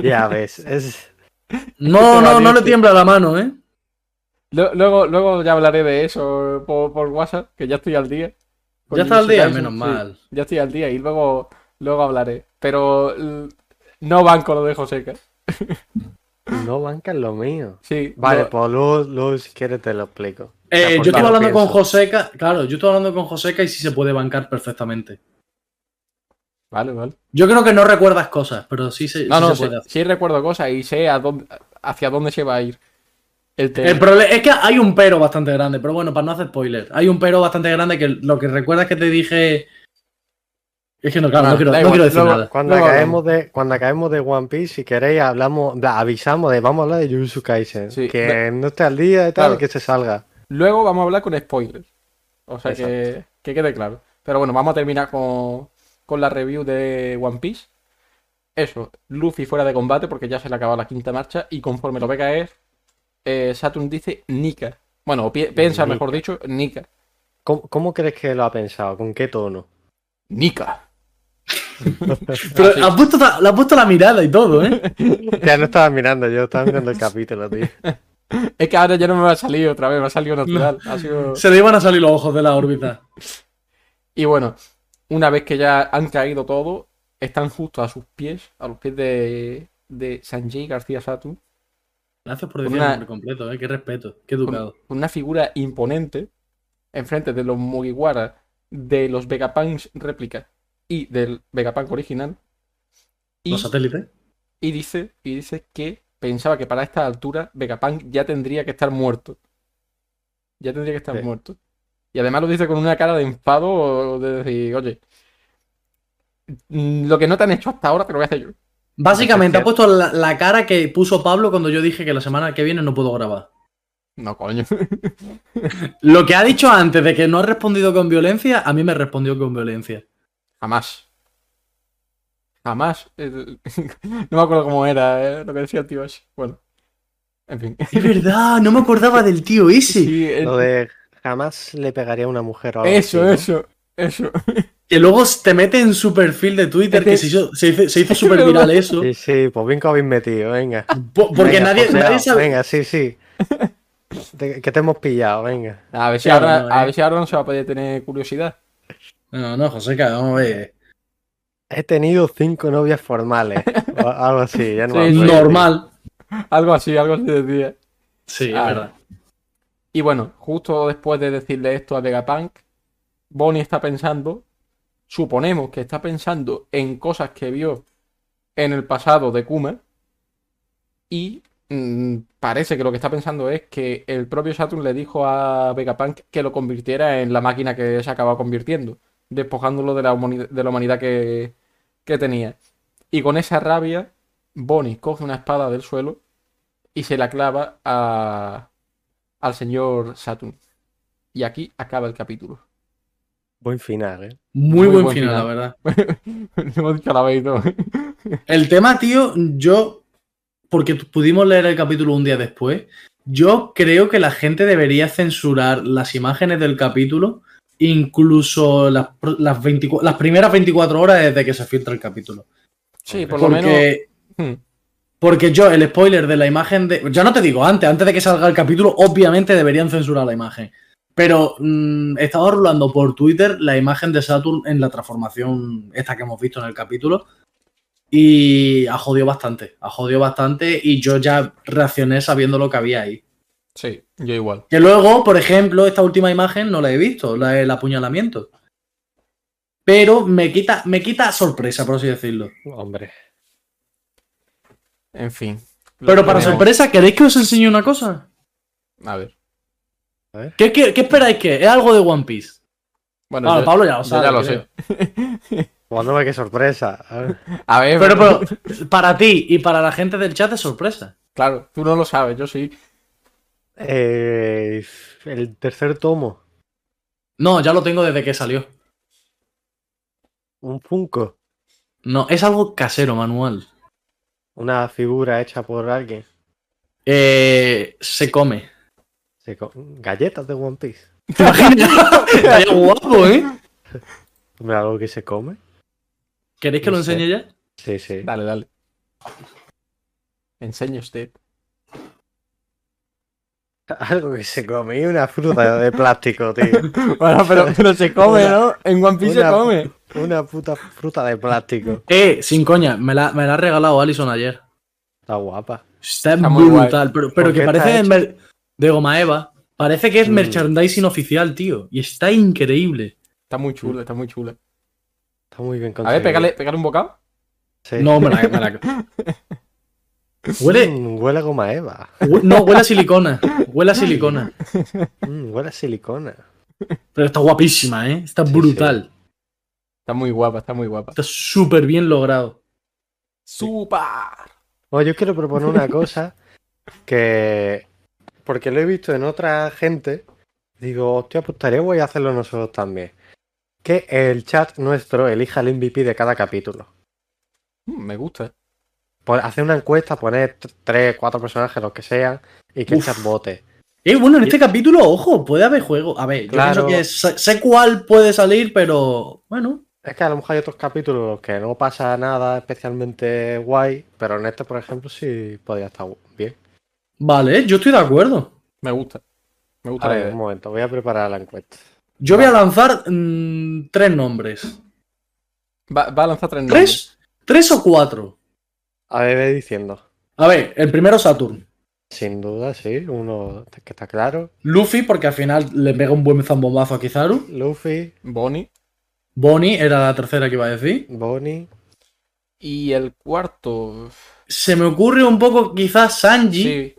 C: Ya ves, es...
B: No, no, no
A: valiente.
B: le tiembla la mano, ¿eh?
A: Lo- Luego, luego ya hablaré de eso por, por WhatsApp, que ya estoy al día. Con
B: Ya está al
A: Jujutsu
B: día,
A: Kaisen,
B: menos
A: sí,
B: mal.
A: ya estoy al día y luego, luego hablaré. Pero l- no banco lo de Joseca.
C: No bancan lo mío.
A: Sí,
C: Vale,
A: lo-
C: pues luego, luego si quieres te lo explico.
B: Eh,
C: Ya, pues
B: yo estoy
C: ya lo
B: hablando con
C: pienso.
B: Joseca, claro, yo estoy hablando con Joseca y sí se puede bancar perfectamente.
A: vale, vale.
B: Yo creo que no recuerdas cosas, pero sí se,
A: No,
B: sí
A: no,
B: se
A: sí,
B: puede hacer.
A: sí recuerdo cosas y sé a dónde, hacia dónde se va a ir el tema.
B: El problema es que hay un pero bastante grande, pero bueno, para no hacer spoiler, hay un pero bastante grande que lo que recuerdas que te dije. Es que no, claro,
A: Ah,
B: no quiero,
A: da
B: no
A: igual,
B: quiero decir
A: luego-
B: nada.
C: Cuando
A: Luego
C: acabemos de, cuando acabemos de One Piece, si queréis, hablamos, bla, avisamos de vamos a hablar de Jujutsu Kaisen.
A: Sí,
C: que
A: ve-
C: no esté al día y tal,
A: Claro.
C: que se salga.
A: Luego vamos a hablar con spoilers. O sea que, que quede claro. Pero bueno, vamos a terminar con, con la review de One Piece. Eso, Luffy fuera de combate porque ya se le acaba la quinta marcha y conforme lo ve caer, eh, Saturn dice Nika. Bueno, o pi- piensa,
C: Nika.
A: mejor dicho, Nika.
C: ¿Cómo, cómo crees que lo ha pensado? ¿Con qué tono?
A: Nika.
B: Pero
A: Así.
B: has puesto, la- le has puesto la mirada y
A: *laughs*
B: todo, ¿eh?
C: Ya no estaba mirando, yo estaba mirando el capítulo, tío.
A: Es que ahora ya no me va a salir otra vez, me ha salido natural. Ha sido...
B: Se le iban a salir los ojos de la órbita.
A: Y bueno, una vez que ya han caído todo, están justo a sus pies, a los pies de, de Sanjay García Saturn.
B: Gracias por decir
A: Una-
B: el nombre completo, ¿eh? Qué respeto, qué
A: con,
B: educado.
A: con una figura imponente enfrente de los Mugiwara, de los Vegapunks réplica y del Vegapunk original. Y,
B: Los satélites.
A: y dice, y dice que pensaba que para esta altura Vegapunk ya tendría que estar muerto. Ya tendría que estar
C: Sí.
A: muerto. Y además lo dice con una cara de enfado o de decir, oye, mm, lo que no te han hecho hasta ahora te lo voy a hacer yo.
B: Básicamente,
C: Especial.
B: ha puesto la, la cara que puso Pablo cuando yo dije que la semana que viene no puedo grabar.
A: No, coño. *laughs*
B: Lo que ha dicho antes de que no ha respondido con violencia, a mí me respondió con violencia.
A: Jamás. Jamás. Eh, *laughs* No me acuerdo cómo era eh, lo que decía el tío ese. Bueno. En fin.
B: Es verdad, no me acordaba del tío ese.
A: Sí, eh,
C: Lo de jamás le pegaría a una mujer o algo
A: eso,
C: así, ¿no?
A: eso, eso.
B: Que luego te mete en su perfil de Twitter, que se hizo, se hizo, *laughs* se hizo súper viral eso.
C: Sí, sí, pues bien que habéis metido, venga.
B: Po- Porque
C: Venga,
B: nadie,
C: poseado,
B: nadie sabe.
C: Venga, sí, sí. ¿De ¿Qué te hemos pillado? Venga.
A: A ver si,
B: Claro,
A: ahora,
B: no,
A: a
B: eh.
A: ver si ahora no se va a poder tener curiosidad. *laughs*
B: No, no, Joseca, vamos a ver.
C: He tenido cinco novias formales. o algo así, ya no
B: *laughs*
C: me
A: Sí,
C: acuerdo.
B: Normal.
A: Algo así, algo así decía.
B: Sí,
A: Ah.
B: es verdad.
A: Y bueno, justo después de decirle esto a Vegapunk, Bonnie está pensando, suponemos que está pensando en cosas que vio en el pasado de Kuma. Y mm, parece que lo que está pensando es que el propio Saturn le dijo a Vegapunk que lo convirtiera en la máquina que se acaba convirtiendo, despojándolo de la, humani- de la humanidad que, que tenía. Y con esa rabia, Bonnie coge una espada del suelo y se la clava a, al señor Saturn. Y aquí acaba el capítulo. *laughs*
C: Buen final, ¿eh?
A: Muy
B: Muy, buen,
A: buen
B: final,
A: final.
B: la verdad.
A: Hemos dicho a la vez y todo.
B: El tema, tío, yo, porque tu- pudimos leer el capítulo un día después, yo creo que la gente debería censurar las imágenes del capítulo, incluso las, pro- las, 24 las primeras 24 horas desde que se filtra el capítulo.
A: Sí, por lo menos.
B: Porque,
A: Hmm.
B: porque yo, el spoiler de la imagen de... Ya no te digo antes, antes de que salga el capítulo, obviamente deberían censurar la imagen. Pero mm, estaba rulando por Twitter la imagen de Saturn en la transformación esta que hemos visto en el capítulo. Y ha jodido bastante, ha jodido bastante y yo ya reaccioné sabiendo lo que había ahí.
A: Sí, yo igual.
B: Que luego, por ejemplo, esta última imagen no la he visto, la del apuñalamiento. Pero me quita, me quita sorpresa, por así decirlo.
C: Hombre.
A: En fin.
B: Pero para
A: Tenemos-
B: sorpresa, ¿queréis que os enseñe una cosa?
A: A ver.
B: ¿Qué, qué, qué esperáis que? Es algo de One Piece.
A: Bueno,
B: Bueno,
A: yo-
B: Pablo ya lo
A: yo
B: sabe.
A: ya lo
B: creo.
A: sé.
C: Cuando ve pues qué sorpresa. A ver.
A: A ver,
B: Pero, pero para ti y para la gente del chat es sorpresa.
A: claro, tú no lo sabes, yo sí.
C: Eh, el tercer tomo.
B: No, ya lo tengo desde que salió.
C: Un Funko.
B: No, es algo casero, manual.
C: Una figura hecha por alguien.
B: Eh, se come.
C: Se co- Galletas de One Piece.
A: *laughs*
B: ¿Te imaginas? Estaría guapo, ¿eh?
C: Hombre, algo que se come.
B: ¿Queréis que lo
C: No sé.
B: enseñe ya?
C: Sí, sí.
A: Dale, dale. Enseñe usted.
C: *laughs* Algo que se come. Y una fruta de plástico, tío.
A: Bueno, *laughs* pero, pero se come, ¿no? En One Piece
C: Una-
A: se come.
C: Una puta fruta de plástico.
B: Eh, sin coña, me la, me la ha regalado Allison ayer.
C: Está guapa.
B: Está,
A: Está muy
B: brutal, pero, pero
C: ¿Por
B: que
C: qué está
B: parece
C: hecho?
B: mer- de goma Eva. Parece que es
C: Mm.
B: merchandising oficial, tío. Y está increíble.
A: Está muy chula, está muy chula.
C: Está muy bien
A: A
C: conseguida.
A: ver, pégale, pégale un bocado.
C: Sí.
B: No, me la...
A: *laughs*
B: Me la... Huele,
C: Mm, huele a goma Eva.
B: Hue- No, huele a silicona. Huele a silicona.
C: Mm, huele a silicona.
B: Pero está guapísima, ¿eh? Está
C: Sí,
B: brutal.
A: Está muy guapa, está muy guapa.
B: Está súper bien logrado.
A: ¡Super!
C: Bueno, yo quiero proponer una cosa que. Porque lo he visto en otra gente. Digo, hostia, pues estaría guay hacerlo nosotros también. Que el chat nuestro elija el MVP de cada capítulo.
A: Mm, me gusta.
C: Por hacer una encuesta, poner t- tres, cuatro personajes, los que sean, y que
B: Uf.
C: el chat vote.
B: Eh, bueno, en este capítulo, ojo, puede haber juego. A ver, yo
C: Claro.
B: pienso que sé, sé cuál puede salir, pero bueno.
C: Es que a lo mejor hay otros capítulos en los que no pasa nada especialmente guay, pero en este, por ejemplo, sí podría estar gu- bien.
B: Vale, yo estoy de acuerdo.
A: Me gusta. Me gusta
C: A
A: la
C: ver,
A: idea.
C: un momento, voy a preparar la encuesta.
B: Yo voy a lanzar mm, tres nombres.
A: Va, va a lanzar tres nombres.
B: ¿Tres? ¿Tres o cuatro?
C: A ver, ve diciendo.
B: A ver, el primero Saturn.
C: Sin duda, sí, uno que está claro.
B: Luffy, porque al final le pega un buen zambombazo a Kizaru.
C: Luffy,
A: Bonnie.
B: Bonnie era la tercera que iba a decir.
C: Bonnie.
A: Y el cuarto.
B: Se me ocurre un poco quizás Sanji.
A: Sí.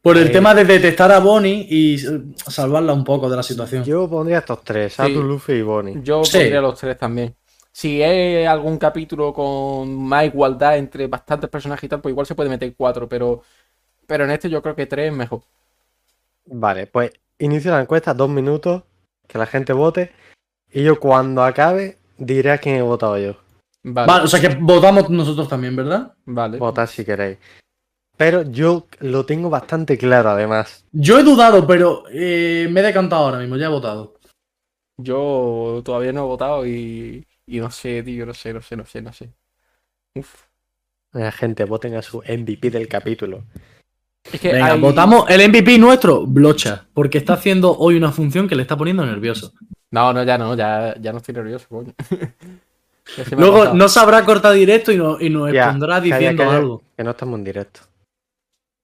B: Por el
C: Eh,
B: tema de detectar a Bonnie y eh, salvarla un poco de la situación.
C: Yo pondría estos tres,
A: Sí.
C: Saturn, Luffy y Bonnie.
A: Yo
B: Sí.
A: pondría los tres también. Si es algún capítulo con más igualdad entre bastantes personajes y tal, pues igual se puede meter cuatro, pero, pero en este yo creo que tres es mejor.
C: Vale, pues inicio la encuesta, dos minutos, que la gente vote. Y yo cuando acabe diré a quién he votado yo.
A: Vale,
B: Vale,
A: vale.
B: o sea que votamos nosotros también, ¿verdad?
C: Votad si queréis. Pero yo lo tengo bastante claro además.
B: Yo he dudado, pero eh, me he decantado ahora mismo, ya he votado.
A: Yo todavía no he votado y, y no sé, tío, no sé, no sé, no sé, no sé. Uf.
C: Eh, La gente voten a su MVP del capítulo.
A: Es que
B: Venga,
A: hay-
B: votamos el MVP nuestro, Blocha, porque está haciendo hoy una función que le está poniendo nervioso.
A: No, no, ya no, ya, ya no estoy nervioso, coño. *laughs* Ya se me ha
B: Luego
A: pasado.
B: no sabrá cortar directo y, no- y nos
C: Ya,
B: expondrá
C: calla,
B: diciendo
C: calla,
B: algo.
C: Que no estamos en directo.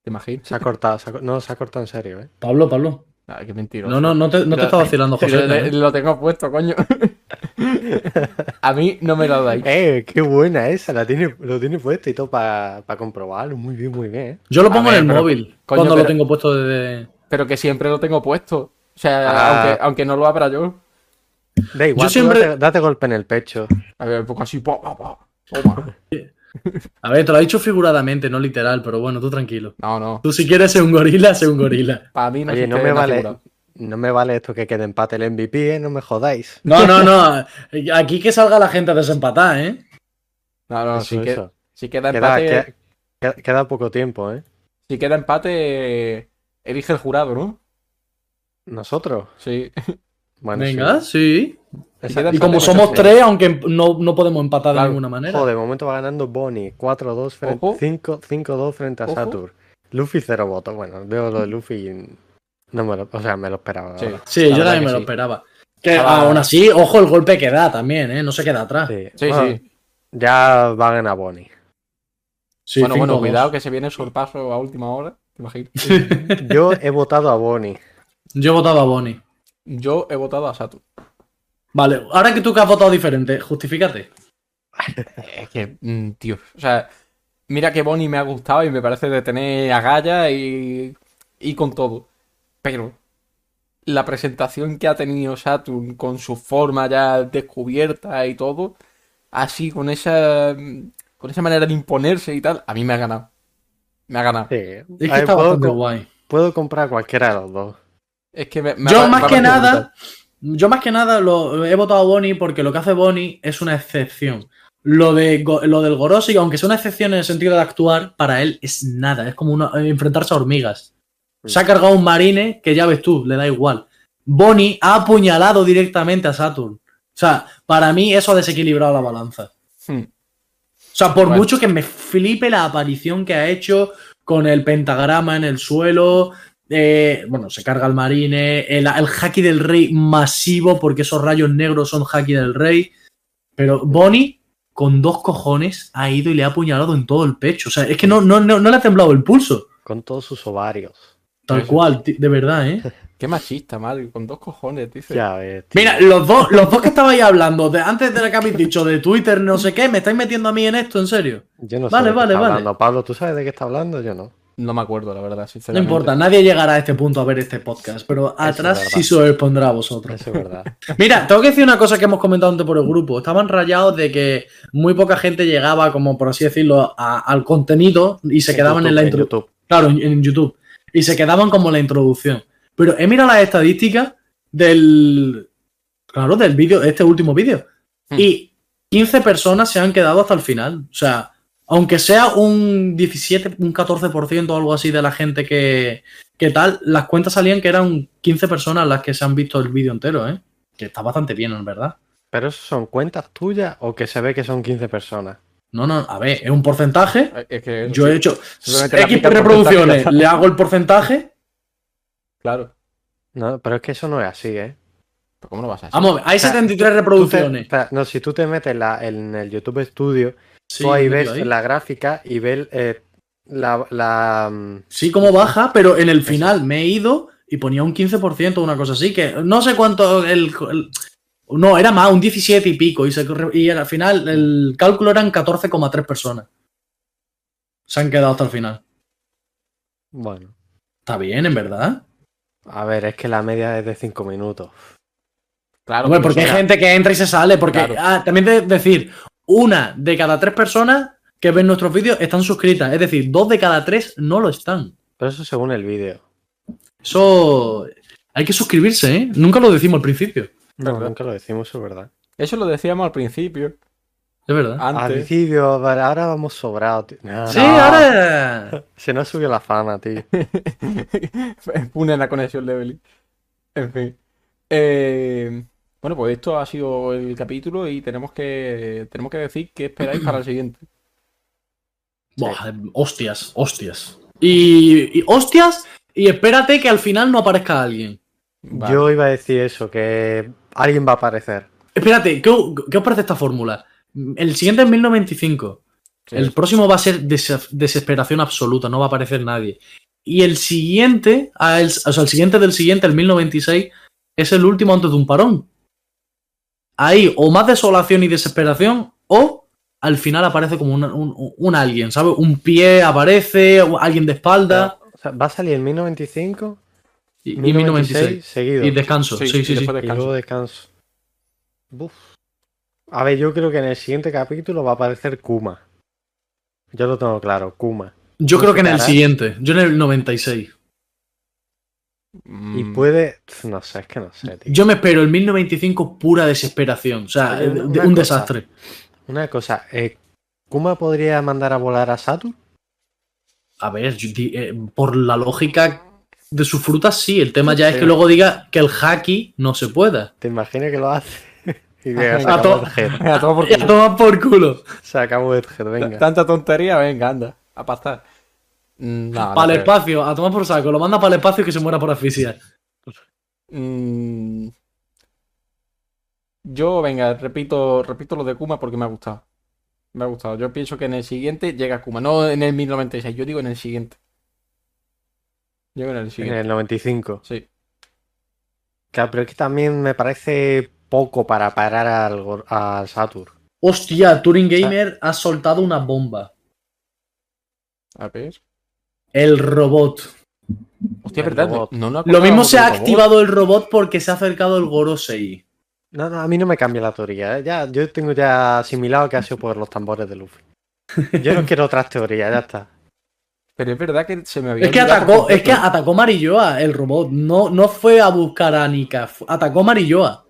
A: ¿Te imaginas?
C: Se ha cortado, se ha co- no, se ha cortado en serio, ¿eh?
B: Pablo, Pablo.
A: Ah, qué mentiroso.
B: No, no, no te, no te
A: Pero- *laughs*
B: estaba vacilando,
A: Lo-
B: José.
A: lo, lo tengo puesto, coño. A mí no me lo dais.
C: ¡Eh, qué buena esa! La tiene, lo tiene puesto y todo para comprobarlo. Muy bien, muy bien, ¿eh?
B: Yo lo
A: A
B: pongo
A: ver,
B: en el
A: pero-
B: móvil
A: coño,
B: cuando lo
A: pero-
B: tengo puesto desde.
A: Pero que siempre lo tengo puesto. O sea,
C: Ah.
A: aunque, aunque no lo abra yo.
C: Da
B: Yo
C: igual, tú
B: siempre-
C: date, date golpe en el pecho.
A: A ver, poco así. pa, pa, pa. Toma.
B: A ver, te lo ha dicho figuradamente, no literal, pero bueno, tú tranquilo.
A: No, no.
B: Tú si quieres ser un gorila, sé un
A: *laughs*
B: gorila.
A: Para mí no
C: Oye,
A: existe
C: no me
A: una
C: vale.
A: figura.
C: No me vale esto que quede empate el MVP, ¿eh? No me jodáis.
B: No, no, no. Aquí que salga la gente a desempatar, ¿eh?
A: No, no,
C: Eso,
A: si, que-
C: eso.
A: si queda
C: Queda,
A: empate.
C: queda- queda poco tiempo, ¿eh?
A: Si queda empate, eh, elige el jurado, ¿no?
C: Nosotros.
A: Sí.
C: Bueno,
B: Venga,
C: sí.
B: sí.
A: Si queda
B: Y
A: empate,
B: como
A: pues
B: somos
A: sí.
B: tres, aunque em, no, no podemos empatar de
A: Claro.
B: ninguna manera.
C: Joder, de momento va ganando Bonnie 4-2 frente
A: Ojo.
C: 5 5-2 frente a
A: Ojo.
C: Satur. Luffy 0 votos. Bueno, veo lo de Luffy y no me lo, o sea, me lo esperaba.
A: Sí.
C: la verdad.
B: Sí,
A: La
B: yo
A: verdad
B: también
A: que
B: me lo
A: sí.
B: esperaba. Que
A: Ah,
B: aún así, ojo el golpe que da también, ¿eh? No se queda atrás. *laughs*
C: Sí,
A: Sí,
C: bueno,
A: sí.
C: Ya va a ganar Bonnie.
B: Sí,
A: bueno, bueno,
B: 5-2.
A: cuidado que se viene el sorpaso a última hora. ¿Te imaginas?
C: Yo he *laughs* votado a Bonnie.
B: Yo votaba a Bonnie.
A: Yo he votado a Saturn.
B: Vale, ahora que tú que has votado diferente, justifícate.
A: Es que, mm, tío, o sea, mira que Bonnie me ha gustado y me parece de tener agallas y, y con todo. Pero la presentación que ha tenido Saturn con su forma ya descubierta y todo, así con esa, mm, con esa manera de imponerse y tal, a mí me ha ganado. Me ha ganado.
C: Sí.
B: Es que
C: A ver,
B: está
C: puedo,
B: bastante
C: co-
B: guay.
C: puedo comprar cualquiera de los dos.
A: Es que me- me ha-
B: Yo
A: me
B: más
A: ha
B: que
A: parecido
B: nada,
A: brutal.
B: yo más que nada lo, he votado a Bonnie porque lo que hace Bonnie es una excepción. Lo, de, Go- lo del Gorosei, aunque sea una excepción en el sentido de actuar, para él es nada, es como una- eh, enfrentarse a hormigas.
A: Mm.
B: Se ha cargado un marine que ya ves tú, le da igual. Bonnie ha apuñalado directamente a Saturn. O sea, para mí eso ha desequilibrado la balanza.
A: Hmm.
B: O sea, por
A: Bueno.
B: mucho que me flipe la aparición que ha hecho con el pentagrama en el suelo, eh, bueno, se carga el marine, el, el haki del rey masivo, porque esos rayos negros son haki del rey. Pero Bonnie, con dos cojones, ha ido y le ha apuñalado en todo el pecho. O sea, es que no, no, no, no le ha temblado el pulso.
C: Con todos sus ovarios.
B: Tal
A: Sí, sí.
B: cual, ti- de
A: *laughs*
B: verdad, ¿eh?
A: Qué machista, Mario, con dos cojones, dice.
C: Ya ves. tío.
B: Mira, los dos, los dos que estabais hablando, de, antes de lo que habéis dicho, de Twitter, no sé qué, me estáis metiendo a mí en esto, en serio.
C: Yo no
B: vale,
C: sé de qué
B: vale,
C: está
B: vale.
C: hablando. Pablo, ¿tú sabes de qué está hablando? Yo no.
A: No me acuerdo, la verdad,
B: No
A: sinceramente.
B: importa, nadie llegará a este punto a ver este podcast, pero
C: es
B: atrás
C: verdad.
B: sí se os pondrá a vosotros.
C: Eso es verdad.
B: Mira, tengo que decir una cosa que hemos comentado antes por el grupo. Estaban rayados de que muy poca gente llegaba, como por así decirlo, a- al contenido y *laughs* se quedaban en la
C: YouTube,
B: introducción. Claro, en, en YouTube. Y se quedaban como en la introducción. Pero he mirado las estadísticas del. Claro, del vídeo, este último vídeo.
A: Hmm.
B: Y 15 personas se han quedado hasta el final. O sea, aunque sea un 17, un 14% o algo así de la gente que, que tal, las cuentas salían que eran 15 personas las que se han visto el vídeo entero, ¿eh? Que está bastante bien, en verdad.
C: ¿Pero eso son cuentas tuyas o que se ve que son 15 personas?
B: No, no, a ver, es un porcentaje.
A: Es que
B: Yo he hecho
A: Simplemente le
B: X
A: aplica el
B: reproducciones,
A: porcentaje.
B: le hago el porcentaje
A: Claro.
C: No, pero es que eso no es así, ¿eh?
A: ¿Pero ¿Cómo no vas a hacer?
B: Vamos, a ver, hay
C: O sea,
B: 73
C: Tú te-
B: reproducciones.
C: o sea, no, si tú te metes en la- en el YouTube Studio,
B: Sí,
C: tú ahí
B: me
C: ves
B: quedo ahí.
C: la gráfica y ves eh, la, la, mm,
B: Sí, como baja, pero en el final me he ido y ponía un 15% o una cosa así, que no sé cuánto el, el- no, era más, un 17 y pico y, se corre- y al final el cálculo eran 14,3 personas. Se han quedado hasta el final.
C: Bueno,
B: Está bien, en verdad.
C: a ver, es que la media es de 5 minutos.
A: Claro,
B: Hombre,
A: pero
B: porque hay
A: espera.
B: gente que entra y se sale, porque
A: Claro.
B: ah, también de decir, una de cada tres personas que ven nuestros vídeos están suscritas, es decir, dos de cada tres no lo están.
C: Pero eso según el vídeo.
B: Eso hay que suscribirse, ¿eh? Nunca lo decimos al principio.
C: No,
A: ¿Verdad?
C: nunca lo decimos, eso es verdad.
A: Eso lo decíamos al principio,
B: Es verdad.
C: Al
A: antes.
C: principio, vale, ahora vamos sobrados. tío. No,
B: sí,
C: no,
B: ahora.
C: Se nos subió la fama, tío.
A: Pune la conexión de Belly. En fin. Eh, bueno, pues esto ha sido el capítulo y tenemos que tenemos que decir qué esperáis para el siguiente.
B: Buah, hostias, hostias. Y, y hostias, y espérate que al final no aparezca alguien.
A: *laughs* Vale.
C: Yo iba a decir eso, que alguien va a aparecer.
B: Espérate, ¿qué, o- qué os parece esta fórmula? El siguiente es 1095.
A: Sí.
B: El próximo va a ser desa- desesperación absoluta, no va a aparecer nadie. Y el siguiente, a el- o sea, el siguiente del siguiente, el 1096, es el último antes de un parón. Ahí, o más desolación y desesperación, o al final aparece como un, un- un alguien, ¿sabes? Un pie aparece, o alguien de espalda,
C: O sea, va a salir en 1095
B: y, y
C: 1096
B: 1096.
C: seguido.
B: Y descanso,
A: Sí,
B: sí, sí,
A: y
B: sí.
A: después
C: Y
A: descanso.
C: luego descanso. Buf. A ver, yo creo que en el siguiente capítulo va a aparecer Kuma. Yo lo tengo claro, Kuma.
B: Yo creo que en el
C: Cara.
B: siguiente, yo en el 96.
C: Y
A: Mm,
C: puede. Pf, No sé, es que no sé, tío.
B: Yo me espero el 1095 pura desesperación. O sea,
C: Oye,
B: de-
C: una
B: un
C: cosa.
B: desastre.
C: Una cosa, eh, ¿Kuma podría mandar a volar a Saturn?
B: A ver, yo di- eh, por la lógica de sus frutas, sí. El tema ya es
C: Sí.
B: que luego diga que el haki no se pueda.
C: ¿Te imaginas que lo hace? *laughs* y venga,
A: *laughs*
C: se
A: A
C: acabó
B: to-
C: Deadhead.
A: venga, toma por
B: *laughs* Ya
A: culo.
B: toma por culo.
C: Se acabó Deadhead, venga.
A: Tanta tontería, venga, anda. A pastar. Mm, No, no
B: para el
A: creo.
B: espacio, a tomar por saco. Lo manda para el espacio y que se muera por asfixia.
A: Mm. Yo, venga, repito, repito lo de Kuma porque me ha gustado. Me ha gustado. Yo pienso que en el siguiente llega Kuma, no en el 1096, yo digo en el siguiente. Yo en el
C: En
A: siguiente.
C: el 95.
A: Sí.
C: Claro, pero es que también me parece poco para parar al, gor- al Saturn.
B: Hostia, Turing Gamer ha soltado una bomba.
A: A ver.
B: El robot.
A: Hostia,
C: El
A: verdad,
C: robot.
A: no, no
B: Lo mismo se ha
A: activado
B: activado el robot porque se ha acercado el Gorosei.
C: No, no, a mí no me cambia la teoría. ¿eh? Ya, yo tengo ya asimilado que ha sido por los tambores de Luffy. Yo no quiero otras teorías, ya está.
A: Pero es verdad que se me había
B: Es que
A: olvidado por
B: atacó, es
A: completo.
B: que atacó Marilloa el robot. No, no fue a buscar a Nika, fu- atacó Marilloa.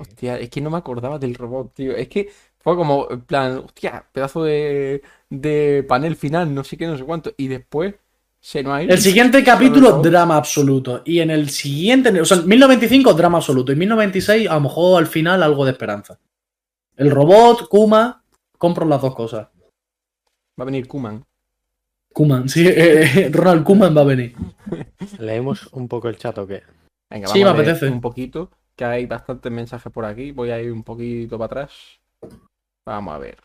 A: Hostia, es que no me acordaba del robot, tío. Es que fue como, en plan, hostia, pedazo de, de panel final, no sé qué, no sé cuánto. Y después se nos ha ido.
B: El siguiente capítulo,
A: robot.
B: drama absoluto. Y en el siguiente, o sea, en 1095, drama absoluto. Y 1096, a lo mejor al final, algo de esperanza. El robot, Kuma, compro las dos cosas.
A: Va a venir Kuman.
B: Kuman, sí, *laughs* eh, eh, Ronald Kuman va a venir.
C: Leemos un poco el chat o qué.
A: Venga,
B: Sí,
A: vamos
B: me
A: a leer
B: apetece.
A: un poquito, que hay bastantes mensajes por aquí. Voy a ir un poquito para atrás. Vamos a ver.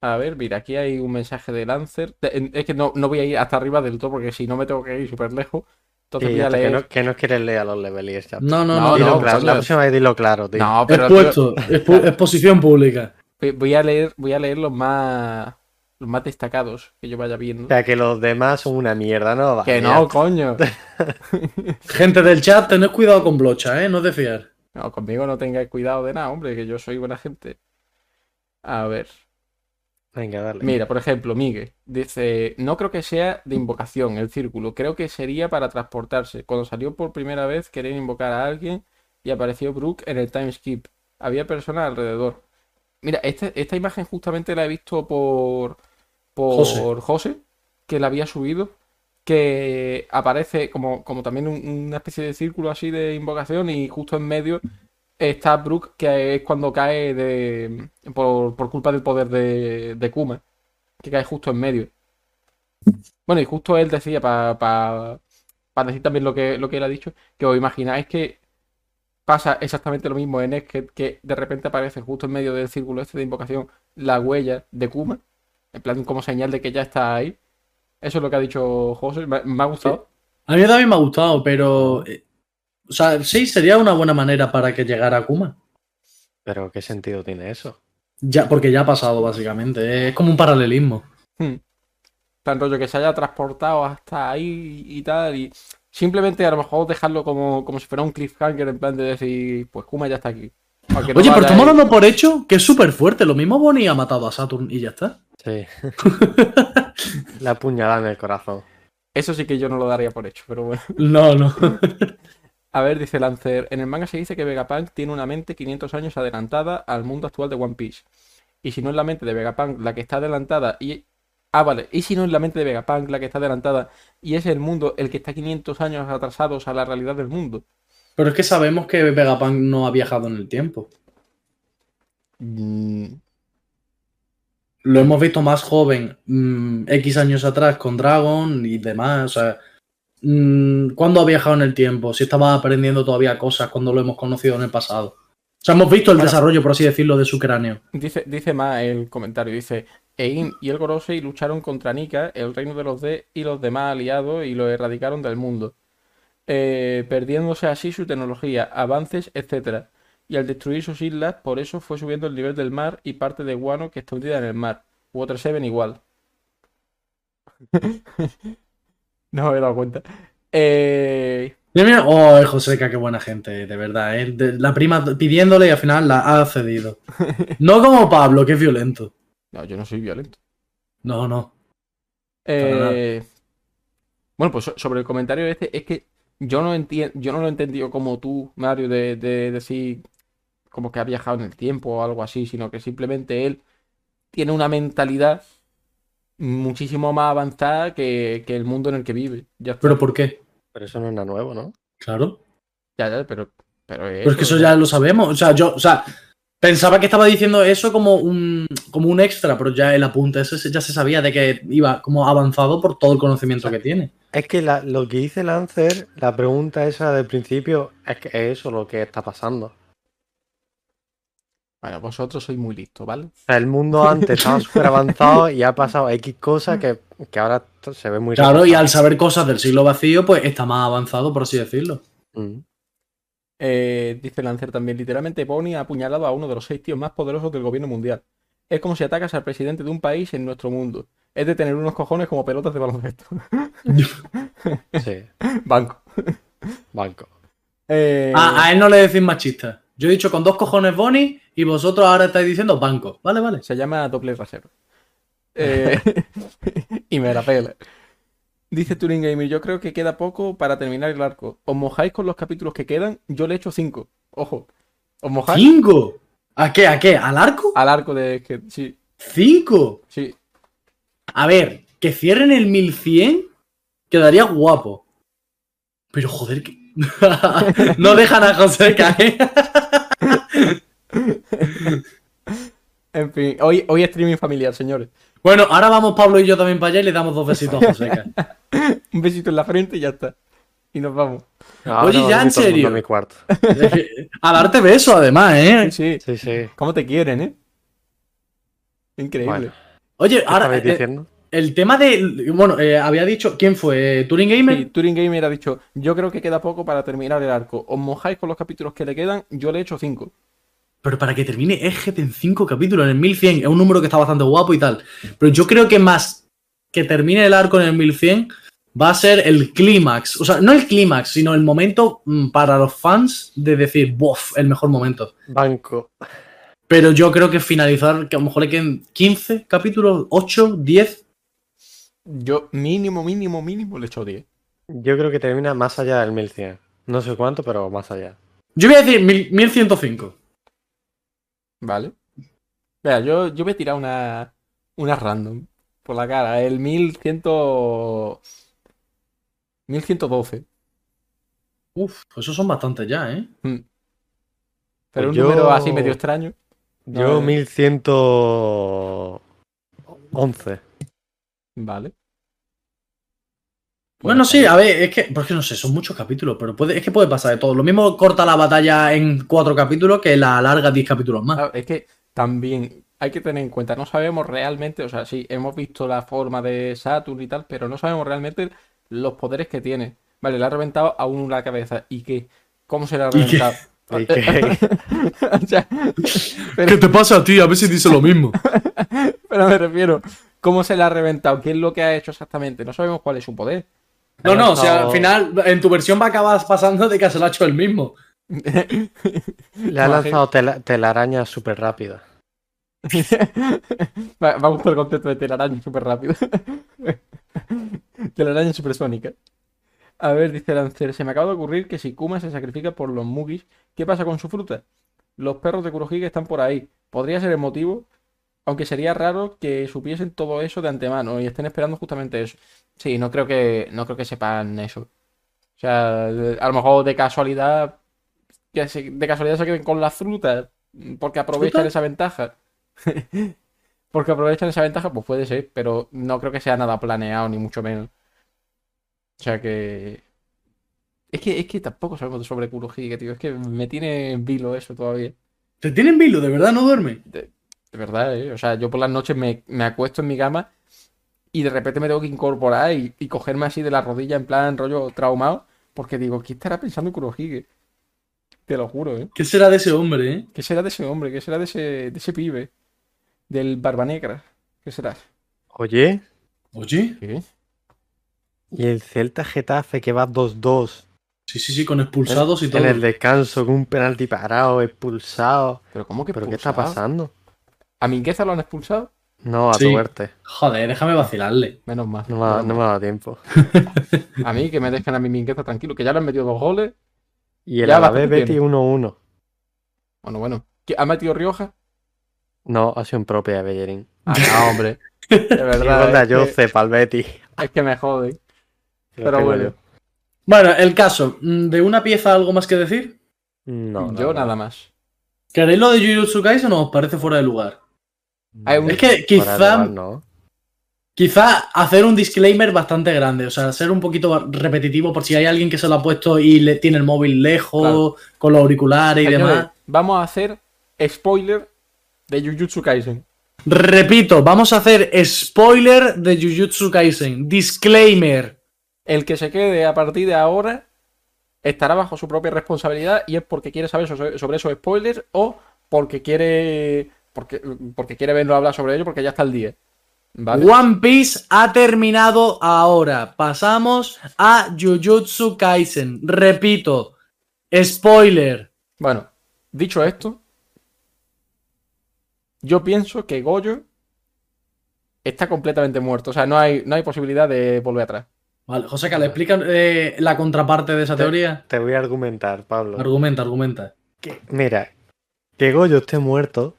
A: A ver, mira, aquí hay un mensaje de Lancer. De- en- Es que no, no voy a ir hasta arriba del todo porque si no me tengo que ir súper lejos. Entonces
C: Y
A: voy a
C: esto, que,
A: leer.
C: no, que no quieres leer a los leveliers ya.
B: No, no,
A: No,
B: no.
C: Dilo
A: no,
C: claro, la
A: coño.
C: próxima vez dilo claro, tío.
A: No, pero tío,
B: Expuesto, expu- exposición pública.
A: voy- voy a leer, voy a leer los más los más destacados que yo vaya viendo.
C: O sea, que los demás son una mierda, ¿no? Vale,
A: Que
C: ya.
A: no,
C: *laughs*
A: coño.
B: Gente del chat, tened cuidado con Blocha, ¿eh? No os de fiar.
A: No, conmigo no tengáis cuidado de nada, hombre, que yo soy buena gente. A ver.
C: Venga, dale.
A: Mira, por ejemplo, Miguel dice, no creo que sea de invocación el círculo, creo que sería para transportarse. Cuando salió por primera vez querían invocar a alguien y apareció Brooke en el time skip. Había personas alrededor. Mira, este- esta imagen justamente la he visto por, por
B: José.
A: José, que la había subido, que aparece como, como también un- una especie de círculo así de invocación y justo en medio está Brooke, que es cuando cae de, por, por culpa del poder de, de Kuma, que cae justo en medio. Bueno, y justo él decía, para decir también lo que, lo que él ha dicho, que os imagináis que pasa exactamente lo mismo en Esket, que de repente aparece justo en medio del círculo este de invocación la huella de Kuma, en plan como señal de que ya está ahí. Eso es lo que ha dicho José, me, me ha gustado.
B: A mí también me ha gustado, pero. eh, O sea, sí, sería una buena manera para que llegara Kuma.
C: Pero ¿qué sentido tiene eso?
B: Ya, porque ya ha pasado, básicamente. Es como un paralelismo.
A: Hmm. Tan rollo que se haya transportado hasta ahí y tal. Y simplemente a lo mejor dejarlo como, como si fuera un cliffhanger en plan de decir, pues Kuma ya está aquí. Aunque no
B: Oye, pero
A: vaya
B: estamos
A: ahí.
B: dando por hecho que es súper fuerte. Lo mismo Bonnie ha matado a Saturn y ya está.
C: Sí. *laughs* la puñalada en el corazón.
A: Eso sí que yo no lo daría por hecho, pero bueno.
B: No, no.
A: A ver, dice Lancer, en el manga se dice que Vegapunk tiene una mente 500 años adelantada al mundo actual de One Piece. Y si no es la mente de Vegapunk la que está adelantada y... Ah, vale, y si no es la mente de Vegapunk la que está adelantada y es el mundo el que está 500 años atrasados a la realidad del mundo.
B: Pero es que sabemos que Vegapunk no ha viajado en el tiempo. lo hemos visto más joven mm, X años atrás con Dragon y demás. O sea, mm, ¿cuándo ha viajado en el tiempo? Si estaba aprendiendo todavía cosas cuando lo hemos conocido en el pasado. O sea, hemos visto el
A: Bueno.
B: desarrollo, por así decirlo, de su cráneo.
A: Dice, dice más el comentario, dice, Ein y el Gorosei lucharon contra Nika, el reino de los D y los demás aliados y lo erradicaron del mundo, eh, perdiéndose así su tecnología, avances, etc. Y al destruir sus islas, por eso fue subiendo el nivel del mar y parte de Guano que está hundida en el mar. Water Seven igual. *laughs* no me he dado cuenta. Eh,
B: Mira, mira, oh, el Joseca, qué buena gente, de verdad. ¿eh? De- la prima pidiéndole y al final la ha
A: *laughs*
B: cedido. No como Pablo, que es violento.
A: no, yo no soy violento.
B: No, no.
A: Eh,
B: Para
A: bueno, pues so- sobre el comentario este, es que yo no entiendo, yo no lo he entendido como tú, Mario, de, de decir como que ha viajado en el tiempo o algo así, sino que simplemente él tiene una mentalidad muchísimo más avanzada que, que el mundo en el que vive. Ya está.
B: ¿Pero por qué?
C: Pero eso no es nada nuevo, ¿no?
B: Claro.
A: Ya, ya, pero, pero es
B: Pero es que
A: eso,
B: eso
A: o sea,
B: ya lo sabemos. O sea, yo, o sea, pensaba que estaba diciendo eso como un, como un extra, pero ya el apunte ese se- ya se sabía de que iba como avanzado por todo el conocimiento que tiene.
C: Es que la- lo que dice Lancer, la pregunta esa del principio, es que es eso lo que está pasando. O
A: Bueno, vosotros sois muy listos, ¿vale?
C: sea, el mundo
B: *laughs*
C: antes estaba súper avanzado y ha pasado X cosas que, que ahora t- se ve muy
B: Claro, y
C: retrasado.
B: al saber cosas del siglo vacío, pues está más avanzado, por así decirlo.
C: Mm.
A: Eh, dice Lancer también, literalmente Bonnie ha apuñalado a uno de los seis tíos más poderosos del gobierno mundial. Es como si atacas al presidente de un país en nuestro mundo. Es de tener unos cojones como pelotas de baloncesto. *laughs*
C: Sí,
A: Banco.
C: banco.
A: Eh,
B: A, a él no le decís machista. Yo he dicho con dos cojones Bonnie y vosotros ahora estáis diciendo banco. Vale, vale.
A: Se llama doble rasero. Eh, y me la pela. Dice Turing Gamer, yo creo que queda poco para terminar el arco. ¿Os mojáis con los capítulos que quedan? Yo le echo cinco. Ojo. ¿Os mojáis?
B: ¿Cinco? ¿A qué? ¿A qué? ¿Al arco?
A: Al arco de... que Sí,
B: ¿Cinco?
A: sí.
B: A ver, que cierren el 1100 quedaría guapo. Pero joder, que... *laughs* no dejan a José caer.
A: En fin, hoy, hoy streaming familiar, señores.
B: Bueno, ahora vamos Pablo y yo también para allá y le damos dos besitos a Joseca.
A: Un besito en la frente y ya está. Y nos vamos.
B: *laughs*
C: Ahora
B: Oye,
C: me
B: ya,
C: voy
B: en
C: todo el mundo
B: serio.
C: a mi cuarto.
B: A darte beso, además, ¿eh?
A: Sí,
C: Sí, sí.
A: ¿Cómo te quieren, eh? Increíble.
C: Bueno, ¿qué
B: Oye, ahora,
C: estabais
B: eh,
C: diciendo?
B: el tema de... Bueno, eh, había dicho, ¿quién fue? ¿Turing Gamer?
A: Sí, Turing Gamer ha dicho, yo creo que queda poco para terminar el arco. Os mojáis con los capítulos que le quedan, yo le echo 5.
B: Pero para que termine Ejet en 5 capítulos, en el 1100, es un número que está bastante guapo y tal. Pero yo creo que más que termine el arco en el 1100 va a ser el clímax. O sea, no el clímax, sino el momento mm, para los fans de decir, ¡bof! El mejor momento.
C: Banco.
B: Pero yo creo que finalizar, que a lo mejor le queden 15 capítulos, 8, 10.
A: Yo mínimo, mínimo, mínimo le echo 10.
C: Yo creo que termina más allá del 1100. No sé cuánto, pero más allá.
B: Yo voy a decir mil- 1105.
A: ¿Vale? Vea, yo, yo voy a tirar una, una random por la cara. El 1100... 1112.
B: Uf, pues esos son bastantes ya, ¿eh?
A: Pero
C: Pues
A: un número
C: yo-
A: así medio extraño.
C: Yo
B: eh.
A: Vale.
C: 1111.
A: Vale. Pues
B: Bueno,
A: está
B: sí,
A: bien.
B: a ver, es que, porque no sé, son muchos capítulos, pero puede, es que puede pasar de todo. Lo mismo corta la batalla en cuatro capítulos que la alarga diez capítulos más.
A: Claro, Ah, es que también hay que tener en cuenta, no sabemos realmente, o sea, sí, hemos visto la forma de Saturn y tal, pero no sabemos realmente los poderes que tiene. Vale, le ha reventado a uno la cabeza. ¿Y qué? ¿Cómo se le ha
B: ¿Y qué?
A: reventado?
C: ¿Y qué?
A: *laughs* O sea, pero,
B: te pasa a ti? A veces dice lo mismo.
A: pero me refiero, ¿cómo se le ha reventado? ¿Qué es lo que ha hecho exactamente? No sabemos cuál es su poder.
B: *laughs* No, no, o sea,
C: No.
B: al final, en tu versión va a acabar pasando de que se lo ha hecho el mismo.
C: Le ha lanzado tela- telaraña súper rápida.
A: *laughs* Va- Vamos por el concepto de telaraña súper rápido. *laughs* telaraña supersónica. A ver, dice Lancer, se me acaba de ocurrir que si Kuma se sacrifica por los Mugis, ¿qué pasa con su fruta? Los perros de Kurohige están por ahí. ¿Podría ser el motivo? Aunque sería raro que supiesen todo eso de antemano y estén esperando justamente eso. Sí, no creo que, no creo que sepan eso. O sea, a lo mejor de casualidad, que se- de casualidad se queden con las frutas porque aprovechan
B: ¿Fruta?
A: esa ventaja. *laughs* porque aprovechan esa ventaja, pues puede ser, pero no creo que sea nada planeado, ni mucho menos. O sea que. Es que, es que tampoco sabemos sobre Kurohige, tío. Es que me tiene en vilo eso todavía.
B: ¿Te tienen vilo? ¿De verdad no duerme?
A: De verdad, ¿eh? O sea, yo por las noches me, me acuesto en mi cama y de repente me tengo que incorporar y, y cogerme así de la rodilla en plan rollo traumado. Porque digo, ¿qué estará pensando Kurohige? Te lo juro, ¿eh?
B: ¿Qué será de ese hombre, eh?
A: ¿Qué será de ese hombre? ¿Qué será de ese, de ese pibe? Del barba negra. ¿Qué será?
C: Oye,
B: Oye.
A: ¿Qué?
C: y el Celta Getafe que va 2-2
B: Sí, sí, sí, con expulsados y todo.
C: en el descanso con un penalti parado, expulsado.
A: ¿Pero cómo que
C: ¿Pero qué está
A: expulsado?
C: pasando?
A: ¿A Mingueza lo han expulsado?
C: No, a
B: Sí.
C: tu suerte.
B: Joder, déjame vacilarle.
A: Menos mal.
C: No me, ha- no me ha dado tiempo.
A: A mí que me dejen a mi Mingueza tranquilo, que ya le han metido dos goles.
C: Y el
A: Ya,
C: Alavés
A: bastante
C: Betty
A: tiene.
C: 1-1.
A: Bueno, bueno. ¿Qué- ¿Ha metido Rioja?
C: No, ha sido un propio de Bellerín.
A: Ah, no,
C: *laughs*
A: hombre. De verdad.
C: Verdad,
A: es
C: yo
A: que-
C: al Betty.
A: Es que me jode. Pero
C: Tengo
A: bueno.
C: yo.
B: Bueno, el caso. mm, ¿De una pieza algo más que decir?
C: No,
A: yo nada más.
B: ¿Queréis lo de Jujutsu Kaisen o os parece fuera de lugar?
A: Hay un-
B: Es que
C: Fuera de
B: quizá,
C: lugar, no.
B: quizá hacer un disclaimer bastante grande, o sea, ser un poquito repetitivo por si hay alguien que se lo ha puesto y le, tiene el móvil lejos,
A: Claro.
B: con los auriculares y
A: Señores,
B: demás.
A: Vamos a hacer spoiler de Jujutsu Kaisen.
B: Repito, vamos a hacer spoiler de Jujutsu Kaisen. Disclaimer.
A: El que se quede a partir de ahora estará bajo su propia responsabilidad y es porque quiere saber so- sobre esos spoilers o porque quiere porque, porque quiere vernos hablar sobre ello porque ya está el día. ¿Vale?
B: One Piece ha terminado ahora. Pasamos a Jujutsu Kaisen. Repito, spoiler.
A: Bueno, dicho esto, yo pienso que Goyo está completamente muerto. O sea, no hay, no hay posibilidad de volver atrás.
B: Vale, José, que le explica eh, la contraparte de esa
C: Te-
B: teoría.
C: Te voy a argumentar, Pablo.
B: Argumenta, argumenta.
C: Que- mira, que Goyo esté muerto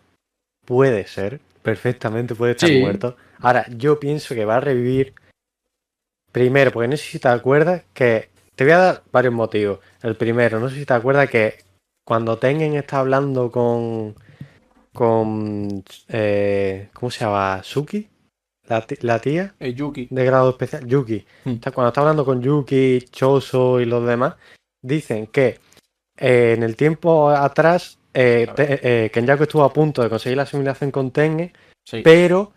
C: puede ser, perfectamente puede estar
B: Sí.
C: muerto. Ahora, yo pienso que va a revivir primero, porque no sé si te acuerdas que te voy a dar varios motivos. El primero, no sé si te acuerdas que cuando Tengen está hablando con con eh, ¿cómo se llama? Suki, la, ti- la tía
A: Eh, Yuki.
C: de grado especial, Yuki.
A: Hmm.
C: Está- Cuando está hablando con Yuki, Choso y los demás, dicen que eh, en el tiempo atrás, eh,
A: A
C: te- eh, Kenyaku estuvo a punto de conseguir la asimilación con Tengen,
A: Sí.
C: pero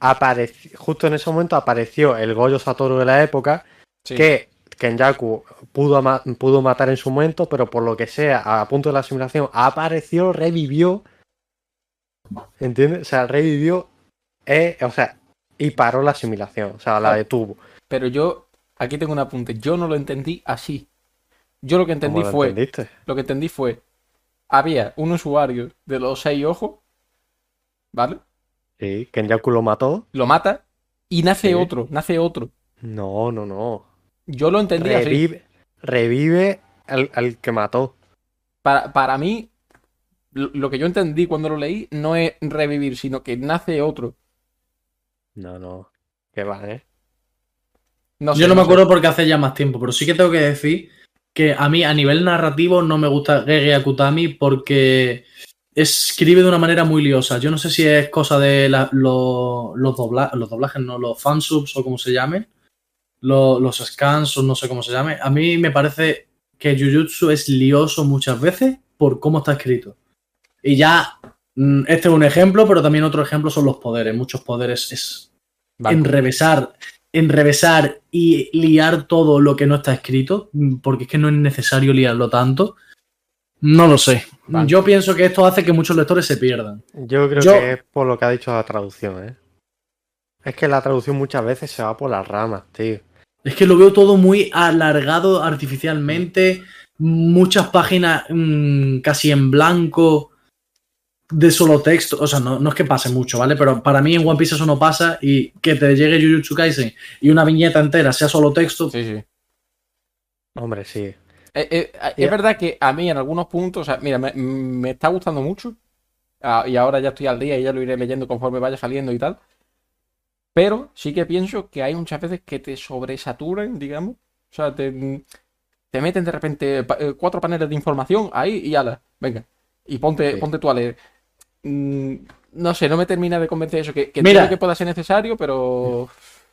C: apareci- justo en ese momento apareció el Goyo Satoru de la época,
A: sí.
C: que Kenyaku pudo, ama- pudo matar en su momento, pero por lo que sea, a punto de la asimilación, apareció, revivió. ¿Entiendes? O sea, revivió, eh, o sea, y paró la asimilación, o sea, la
A: Ah.
C: detuvo.
A: Pero yo, aquí tengo un apunte. Yo no lo entendí así. Yo lo que entendí
C: ¿Cómo lo
A: fue.
C: entendiste?
A: Lo que entendí fue. Había un usuario de los seis ojos. ¿Vale?
C: Sí, Kenyaku lo mató.
A: Lo mata. Y nace
C: Sí.
A: otro. Nace otro.
C: No, no, no.
A: Yo lo entendí así.
C: Revive, revive al, al que mató.
A: Para, para mí. Lo lo que yo entendí cuando lo leí no es revivir, sino que nace otro.
C: No, no. Que va, ¿eh?
A: No sé,
B: Yo no me
A: sé.
B: acuerdo porque hace ya más tiempo, pero sí que tengo que decir que a mí a nivel narrativo no me gusta Gege Akutami porque escribe de una manera muy liosa. Yo no sé si es cosa de la- lo- los, dobla- los doblajes, no, los fansubs o como se llamen, lo- los scans o no sé cómo se llame. A mí me parece que Jujutsu es lioso muchas veces por cómo está escrito. Y ya, mm, este es un ejemplo, pero también otro ejemplo son los poderes. Muchos poderes es
A: Vale.
B: enrevesar, enrevesar y liar todo lo que no está escrito, mm, porque es que no es necesario liarlo tanto. No lo sé.
A: Vale.
B: Yo pienso que esto hace que muchos lectores se pierdan.
C: Yo creo
B: Yo-
C: que es por lo que ha dicho la traducción, ¿eh? Es que la traducción muchas veces se va por las ramas, tío.
B: Es que lo veo todo muy alargado artificialmente, muchas páginas mm, casi en blanco de solo texto. O sea, no, no es que pase mucho, ¿vale? Pero para mí en One Piece eso no pasa y que te llegue Jujutsu Kaisen y una viñeta entera sea solo texto,
A: Sí, sí.
C: Hombre, sí.
A: Eh, eh, eh,
C: Ya.
A: Es verdad que a mí en algunos puntos, o sea, mira, me, me está gustando mucho ah, y ahora ya estoy al día y ya lo iré leyendo conforme vaya saliendo y tal. Pero sí que pienso que hay muchas veces que te sobresaturan, digamos. O sea, te, te meten de repente pa- eh, cuatro paneles de información ahí y ala, venga. Y ponte,
C: Sí.
A: ponte tú a leer. Mm, no sé, no me termina de convencer eso, que, que
B: Mira.
A: entiendo que pueda ser necesario, pero...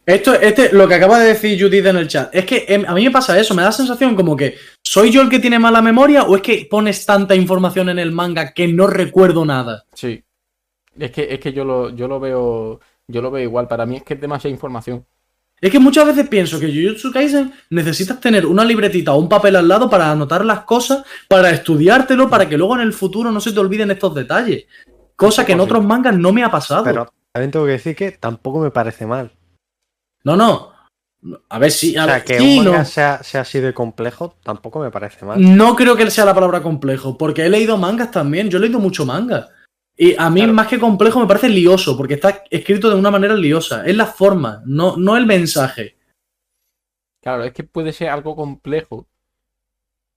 B: Esto, este, lo que acaba de decir Judith en el chat, es que em, a mí me pasa eso, me da la sensación como que ¿soy yo el que tiene mala memoria o es que pones tanta información en el manga que no recuerdo nada?
A: Sí. Es que, es que yo lo, yo lo veo. Yo lo veo igual. Para mí es que es demasiada información.
B: Es que muchas veces pienso que Jujutsu Kaisen necesitas tener una libretita o un papel al lado para anotar las cosas, para estudiártelo, para que luego en el futuro no se te olviden estos detalles. Cosa que en otros mangas no me ha pasado.
C: Pues Pero también tengo que decir que tampoco me parece mal.
B: No, no. A ver si. A
C: O sea,
B: ver,
C: que
B: sí,
C: un
B: no.
C: manga sea, sea así de complejo tampoco me parece mal.
B: No creo que sea la palabra complejo, porque he leído mangas también. Yo he leído mucho manga. Y a mí,
C: Claro.
B: más que complejo, me parece lioso, porque está escrito de una manera liosa. Es la forma, no, no el mensaje.
A: Claro, es que puede ser algo complejo.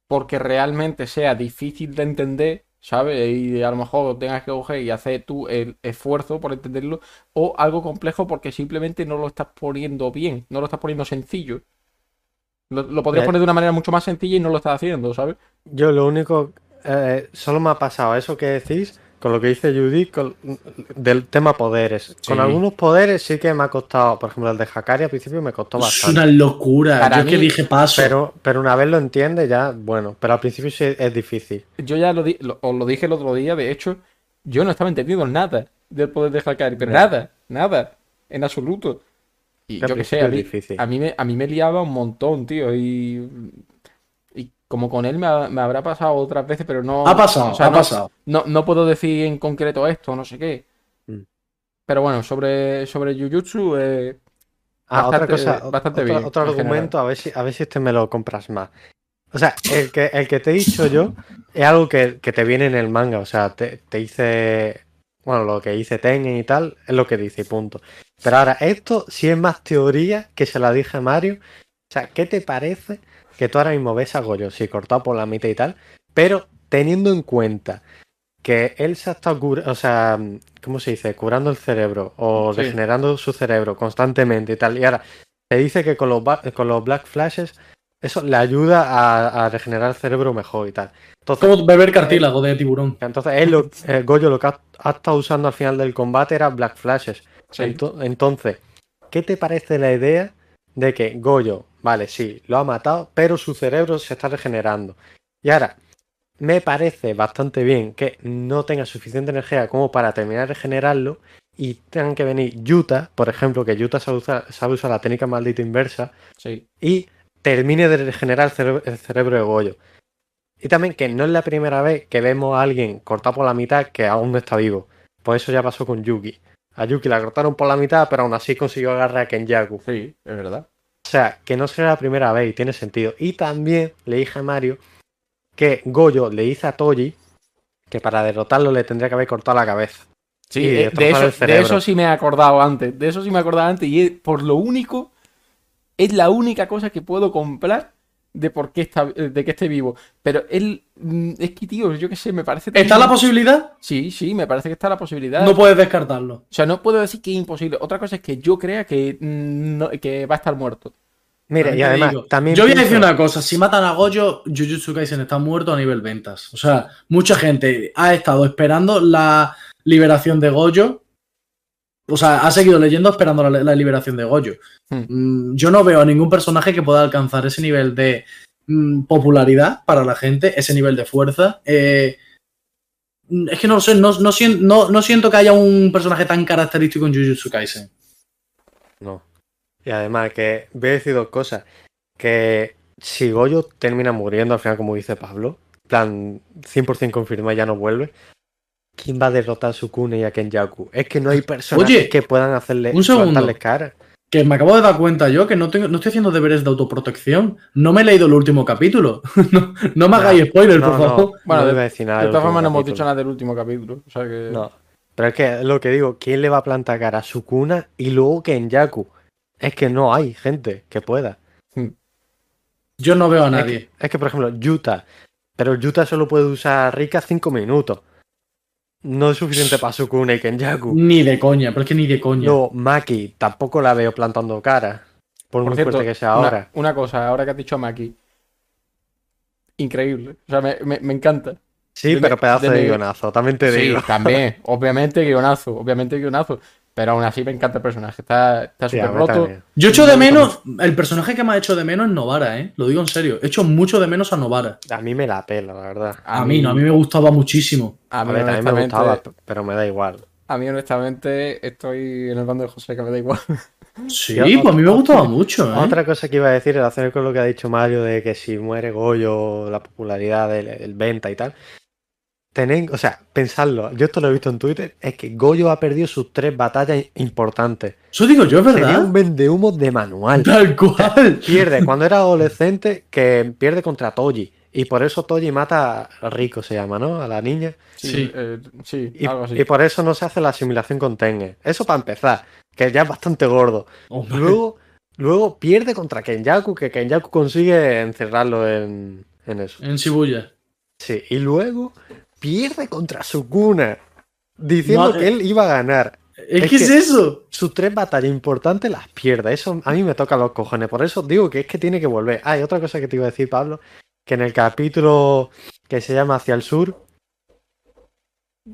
A: Porque realmente sea difícil de entender, ¿sabes? Y a lo mejor tengas que coger y hacer tú el esfuerzo por entenderlo. O algo complejo porque simplemente no lo estás poniendo bien. No lo estás poniendo sencillo. Lo, lo podrías
C: Eh.
A: poner de una manera mucho más sencilla y no lo estás haciendo, ¿sabes?
C: Yo lo único, eh, solo me ha pasado eso que decís con lo que dice Judy con- del tema poderes. Con
A: Sí.
C: algunos poderes sí que me ha costado, por ejemplo, el de Hakari al principio me costó
B: Es
C: bastante.
B: una locura.
A: Para
B: Yo es que
A: mí,
B: dije paso.
C: Pero, pero una vez lo entiende ya, bueno, pero al principio sí es difícil.
A: Yo ya lo, di- lo- os lo dije el otro día, de hecho, yo no estaba entendiendo nada del poder de Hakari, pero nada, nada, en absoluto. Y
C: Al
A: yo que sé,
C: principio
A: a
C: es
A: mí,
C: difícil.
A: a mí me, a mí me liaba un montón, tío, y, y como con él me, ha- me habrá pasado otras veces, pero no...
B: Ha pasado,
A: o sea,
B: ha
A: no,
B: pasado.
A: No, no puedo decir en concreto esto, no sé qué.
C: Mm.
A: Pero bueno, sobre, sobre Jujutsu, eh,
C: Ah, otra
A: Bastante- eh,
C: cosa, o-
A: bastante
C: otro,
A: bien,
C: otro
A: en general.
C: argumento, a ver, si, a ver si este me lo compras más. O sea, el que, el que te he dicho yo es algo que, que te viene en el manga, o sea, te, te hice, bueno, lo que dice Tengen y tal, es lo que dice y punto. Pero ahora, esto sí es más teoría que se la dije a Mario. O sea, ¿qué te parece que tú ahora mismo ves a Goyo, sí, cortado por la mitad y tal, pero teniendo en cuenta que él se ha estado cur- o sea, ¿cómo se dice? Curando el cerebro o
A: Sí.
C: degenerando su cerebro constantemente y tal. Y ahora te dice que con los, ba- con los Black Flashes eso le ayuda a, a regenerar el cerebro mejor y tal. Entonces,
B: Como beber cartílago de tiburón.
C: entonces él lo- eh, Goyo lo que ha, ha estado usando al final del combate era Black Flashes.
A: sí,
C: Ento- entonces, ¿qué te parece la idea de que Goyo, vale, sí, lo ha matado, pero su cerebro se está regenerando? Y ahora, me parece bastante bien que no tenga suficiente energía como para terminar de regenerarlo y tengan que venir Yuta, por ejemplo, que Yuta sabe usar, sabe usar la técnica maldita inversa,
A: sí.
C: y termine de regenerar el cere- el cerebro de Goyo. Y también que no es la primera vez que vemos a alguien cortado por la mitad que aún no está vivo. Pues eso ya pasó con Yuki. A Yuki la cortaron por la mitad, pero aún así consiguió agarrar a Kenyaku.
A: Sí, es verdad.
C: O sea, que no será la primera vez y tiene sentido. Y también le dije a Mario que Goyo le dice a Toji que para derrotarlo le tendría que haber cortado la cabeza.
A: Sí,
C: Y
A: eh, de,
C: destrozar el
A: eso, de
C: cerebro.
A: eso sí me he acordado antes. De eso sí me he acordado antes. Y es por lo único, es la única cosa que puedo comprar de por qué está, eh, de que esté vivo. Pero él, mm, es que tío, yo qué sé, me parece. tan-
B: ¿Está la posibilidad?
A: Sí, sí, me parece que está la posibilidad.
B: No puedes descartarlo.
A: o sea, no puedo decir que es imposible. Otra cosa es que yo crea que, mm, no- que va a estar muerto.
C: Mira,
B: También
C: y
B: te
C: además,
B: digo,
C: también.
B: Yo voy a
C: pienso-
B: decir una cosa: si matan a Goyo, Jujutsu Kaisen está muerto a nivel ventas. O sea, mucha gente ha estado esperando la liberación de Goyo. O sea, ha seguido leyendo esperando la, la liberación de Goyo.
C: Hmm.
B: Mm, Yo no veo a ningún personaje que pueda alcanzar ese nivel de mm, popularidad para la gente, ese nivel de fuerza. Eh, mm, es que no lo sé, no, no sien- no- no siento que haya un personaje tan característico en Jujutsu Kaisen.
C: No. Y además que voy a decir dos cosas. Que si Goyo termina muriendo al final, como dice Pablo, en plan 100% confirma ya no vuelve, ¿quién va a derrotar a Sukune y a Kenyaku? Es que no hay personas
B: Oye,
C: que puedan hacerle
B: un segundo.
C: plantarles cara.
B: Que me acabo de dar cuenta yo que no, tengo, no estoy haciendo deberes de autoprotección. No me he leído el último capítulo. *laughs* no, no me
C: No,
B: hagáis spoiler,
C: No,
B: por
C: no,
B: favor.
A: Bueno,
C: no
A: de-
C: iba a decir nada
A: de
C: del
A: todas
C: Ah, último
A: formas, no hemos
C: capítulo.
A: dicho nada del último capítulo. O sea que.
C: No. Pero es que es lo que digo, ¿quién le va a plantar cara a Sukuna y luego Kenyaku? Es que no hay gente que pueda.
B: Yo no veo a
C: Es que-
B: nadie.
C: Es que, por ejemplo, Yuta. Pero Yuta solo puede usar a Rika 5 minutos. No es suficiente para Sukune y Kenyaku.
B: Ni de coña, pero es que ni de coña.
C: No, Maki, tampoco la veo plantando cara. Por,
A: Por
C: muy
A: cierto,
C: fuerte que sea
A: una-
C: ahora.
A: Una, cosa, ahora que has dicho a Maki. Increíble. O sea, me, me- me encanta.
C: Sí, pero pedazo de,
A: de-
C: guionazo, también te
A: Sí,
C: digo. *laughs*
A: también. Obviamente guionazo, obviamente guionazo. Pero aún así me encanta el personaje. Está está
C: Sí, a
A: súper
C: mí
A: roto.
C: también.
B: Yo echo de menos. El personaje que más hecho de menos es Novara, ¿eh? Lo digo en serio. Echo mucho de menos a Novara.
C: A mí me la pela, la verdad.
B: A, mí, no, a mí me gustaba muchísimo.
A: a
C: A
A: mí,
C: ver, también me
A: honestamente-
C: gustaba, p- pero me da igual.
A: a mí, honestamente, estoy en el bando de José, que me da igual. *laughs*
B: Sí,
C: Yo-
B: pues a mí me gustaba mucho, ¿eh?
C: Otra cosa que iba a decir, relacionada con lo que ha dicho Mario de que si muere Goyo, la popularidad del, del venta y tal. Tened, o sea, pensadlo, yo esto lo he visto en Twitter, es que Goyo ha perdido sus tres batallas importantes.
B: Eso digo yo, es
C: Sería
B: verdad.
C: un vendehumos de
B: *laughs*
C: manual.
B: Tal cual.
C: *laughs*
B: *laughs*
C: Pierde cuando era adolescente, que pierde contra Toji. Y por eso Toji mata a Rico, se llama, ¿no? A la niña.
B: Sí.
A: eh, sí,
C: Y,
A: algo así.
C: y por eso no se hace la asimilación con Tengen. Eso para empezar, que ya es bastante gordo.
B: Hombre.
C: Luego, luego pierde contra Kenyaku, que Kenyaku consigue encerrarlo en, en eso.
B: En Shibuya.
C: Sí, y luego pierde contra Sukuna, diciendo
B: Madre-
C: que él iba a ganar.
B: ¿Es,
C: Es
B: que es
C: que-
B: eso?
C: Sus tres batallas importantes las pierde. Eso a mí me toca los cojones. Por eso digo que es que tiene que volver. Ah, y otra cosa que te iba a decir, Pablo, que en el capítulo que se llama Hacia el Sur,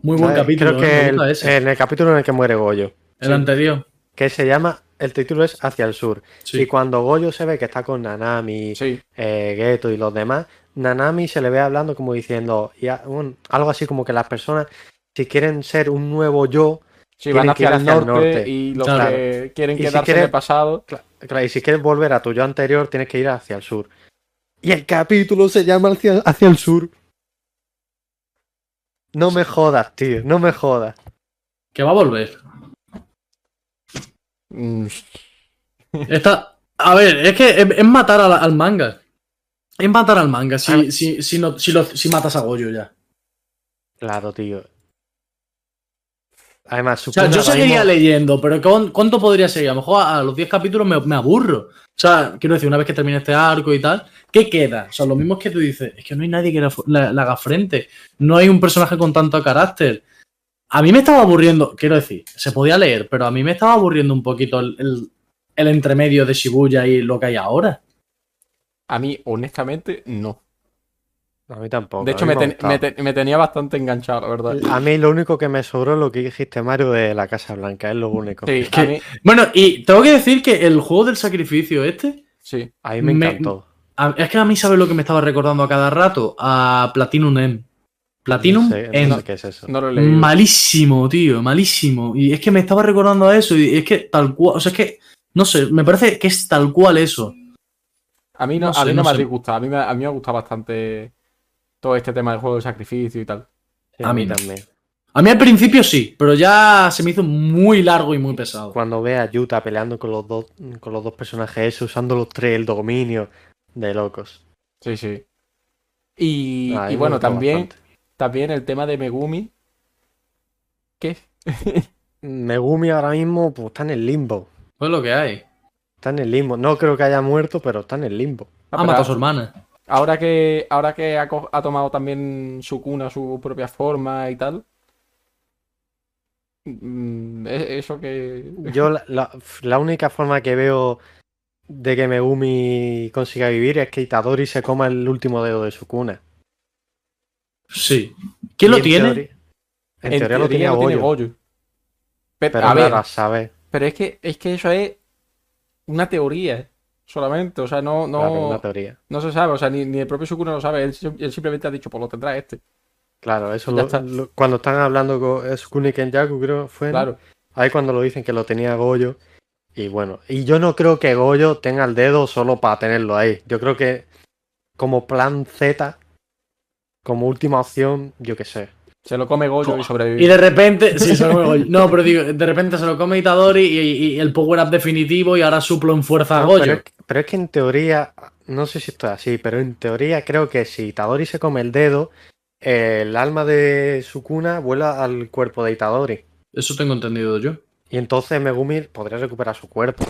B: Muy buen
C: eh,
B: capítulo.
C: creo
B: ¿eh?
C: que
B: Me gusta
C: el-
B: ese.
C: en el capítulo en el que muere Goyo,
B: El anterior.
C: que se llama, el título es Hacia el Sur.
B: Sí.
C: Y cuando Goyo se ve que está con Nanami,
A: Sí,
C: eh, Geto y los demás, Nanami se le ve hablando como diciendo y a- un- algo así como que las personas, si quieren ser un nuevo yo,
A: sí, van
C: Tienen que ir
A: hacia el
C: hacia el
A: norte,
C: norte.
A: y los
B: Claro.
A: que quieren
C: Y si
A: quedarse en
C: quieres-
A: el pasado.
C: cla- claro, y si quieres volver a tu yo anterior, tienes que ir hacia el sur. Y el capítulo se llama Hacia, hacia el sur. No me jodas, tío, no me jodas.
B: Que va a volver.
A: Mm,
B: Esta, a ver, es que es, es matar a la- al manga. Es matar al manga
C: A
B: si,
C: ver.
B: si, si, no- si, lo- si matas a Goyo ya.
C: Claro, tío. Además,
B: O sea,
C: Sukuna
B: yo
C: ahora
B: seguiría
C: mismo-
B: leyendo, pero ¿cuán- ¿cuánto podría seguir? A lo mejor a, a los 10 capítulos me, me aburro. O sea, quiero decir, una vez que termine este arco y tal, ¿qué queda? O sea, lo mismo es que tú dices, es que no hay nadie que la- la- le haga frente. No hay un personaje con tanto carácter. A mí me estaba aburriendo, quiero decir, se podía leer, pero a mí me estaba aburriendo un poquito el, el- el entremedio de Shibuya y lo que hay ahora.
A: a mí, honestamente, no.
C: A mí tampoco.
A: De
C: a
A: hecho,
C: mí
A: me,
C: me ha
A: ten-
C: gustado.
A: me te- me tenía bastante enganchado, la verdad.
C: A mí lo único que me sobró es lo que dijiste, Mario, de la Casa Blanca. Es lo único.
A: Sí,
B: que-
A: a mí,
B: Bueno, y tengo que decir que el juego del sacrificio este,
A: sí.
C: A mí me
B: Me-
C: encantó.
B: a- es que a mí, ¿sabes lo que me estaba recordando a cada rato? A Platinum M. Platinum
C: No sé-
B: M.
C: no sé qué es eso.
A: No lo he leído.
B: Malísimo, tío, malísimo. Y es que me estaba recordando a eso. Y es que tal cual. O sea, es que. No sé, me parece que es tal cual eso.
A: A mí no,
B: No
A: a mí
B: sé,
A: no
B: no
A: me ha
B: sé.
A: disgustado. A mí me, a mí me ha gustado bastante todo este tema del juego de sacrificio y tal.
C: Sí,
B: a mí no.
C: también.
B: A mí al principio sí, pero ya se me hizo muy largo y muy pesado.
C: Cuando ve a Yuta peleando con los dos, con los dos personajes esos, usando los tres, el dominio de locos.
A: Sí, sí. Y,
C: Ah, a mí
A: y
C: me
A: bueno,
C: gustó
A: también,
C: bastante.
A: también el tema de Megumi. ¿Qué?
C: Megumi ahora mismo pues, está en el limbo.
B: Pues lo que hay.
C: Está en el limbo. No creo que haya muerto, pero está en el limbo.
A: Ah,
B: Ha
A: pero
B: matado a su hermana.
A: Ahora que, ahora que ha, co- ha tomado también su cuna, su propia forma y tal. mm, e- Eso que.
C: Yo la, la- la única forma que veo de que Megumi consiga vivir es que Itadori se coma el último dedo de su cuna.
B: Sí. ¿Quién
C: Y
B: lo
C: en
B: tiene?
C: teoría- en, teoría, lo tenía Goyo,
A: Goyo. Pero,
C: Pero
A: a ver,
C: claro, ¿sabes?
A: pero es que, es que eso es una teoría eh, solamente. O sea, no, no,
C: Claro, es una teoría.
A: no se sabe. O sea, ni, ni el propio Sukuna lo sabe. Él, sim- él simplemente ha dicho, pues lo tendrá este.
C: Claro, eso
A: Ya
C: lo-
A: está.
C: lo- cuando están hablando con Sukune Kenjaku, creo fue. ¿no?
A: Claro.
C: Ahí cuando lo dicen que lo tenía Goyo. Y bueno, y yo no creo que Goyo tenga el dedo solo para tenerlo ahí. Yo creo que como plan Z, como última opción, yo qué sé.
A: Se lo come Goyo y sobrevive.
B: Y de repente. Sí, se lo come Goyo. No, pero digo, de repente se lo come Itadori y, y el power up definitivo y ahora suplo en fuerza
A: Ah,
B: a
C: No, Ah,
B: Goyo.
C: pero, es, pero es que en teoría, no sé si esto es así, pero en teoría creo que si Itadori se come el dedo, eh, el alma de Sukuna vuela al cuerpo de Itadori.
B: Eso tengo entendido yo.
C: Y entonces Megumi podría recuperar su cuerpo.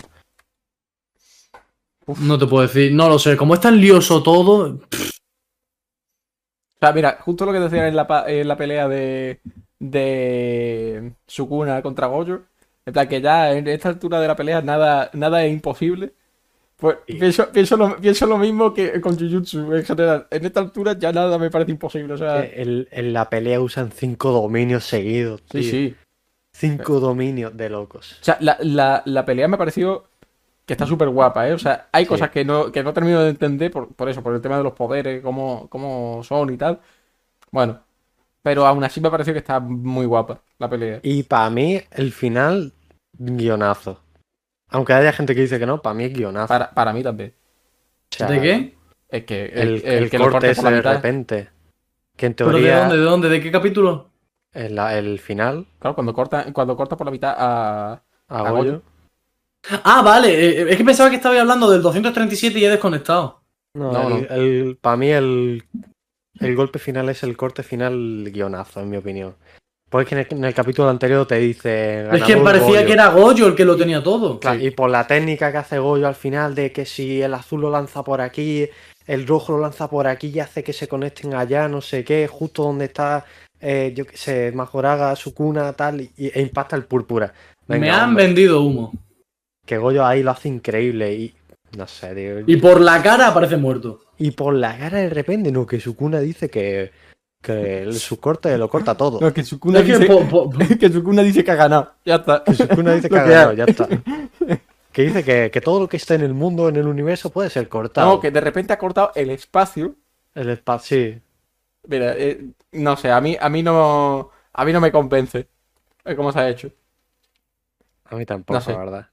B: No te puedo decir. No lo sé. Como es tan lioso todo,
A: O sea, mira, justo lo que decían en la, pa- en la pelea de, de Sukuna contra Gojo, en plan que ya en esta altura de la pelea nada, nada es imposible Pues pienso, pienso lo, pienso lo mismo que con Jujutsu en general. En esta altura ya nada me parece imposible. O sea,
C: Que Eh, el- en la pelea usan cinco dominios seguidos,
A: sí,
C: tío.
A: sí.
C: Cinco dominios de locos.
A: O sea, la, la- la pelea me ha parecido que está súper guapa, ¿eh? O sea, hay
C: Sí.
A: cosas que no, que no termino de entender por, por eso, por el tema de los poderes, cómo, cómo son y tal. Bueno, pero aún así me ha parecido que está muy guapa la pelea.
C: Y para mí, el final, guionazo. Aunque haya gente que dice que no, para mí es guionazo.
A: Para, para mí también.
C: O sea,
B: ¿De qué?
A: Es que
C: El,
A: el,
C: el
A: el que lo
C: corte
A: corte
C: ese
A: por la
C: de
A: mitad,
C: repente. Que en
B: ¿Pero de
C: teoría,
B: dónde? ¿De dónde? ¿De qué capítulo?
C: en la- el, final,
A: claro, cuando corta, cuando corta por la mitad a...
C: a
A: A
C: Goyo.
A: Goyo.
B: Ah, vale. eh, eh, Es que pensaba que estabais hablando del 237 y he desconectado.
C: No,
A: No,
C: el, para mí el, el golpe final es el corte final guionazo, en mi opinión. Porque en el, en el capítulo anterior te dice.
B: es que
C: ganador
B: parecía
C: Goyo.
B: que era Goyo el que lo tenía todo.
C: Claro, Y por la técnica que hace Goyo al final de que si el azul lo lanza por aquí, el rojo lo lanza por aquí y hace que se conecten allá, no sé qué, justo donde está, eh, yo qué sé, Majoraga, su cuna, tal, y, e impacta el púrpura. Venga,
B: Me han
C: hombre,
B: vendido humo.
C: Que Goyo ahí lo hace increíble y. No sé, tío.
B: Y por la cara aparece muerto.
C: Y por la cara de repente, no, que Sukuna dice que, que el- su corte lo corta todo.
A: No, que Sukuna,
B: Es que
A: dice,
B: po- po- po-
A: *laughs* que Sukuna dice que ha ganado. Ya está.
C: Que Sukuna dice
A: *laughs*
C: que
A: Lo
C: ha
A: que
C: ganado,
A: hay.
C: ya está. Que dice que, que todo lo que está en el mundo, en el universo, puede ser cortado.
A: No, que de repente ha cortado el espacio
C: El espacio, sí.
A: Mira, eh, no sé, a mí, a mí no, a mí no me convence eh, cómo se ha hecho.
C: A mí tampoco,
A: No sé.
C: la verdad.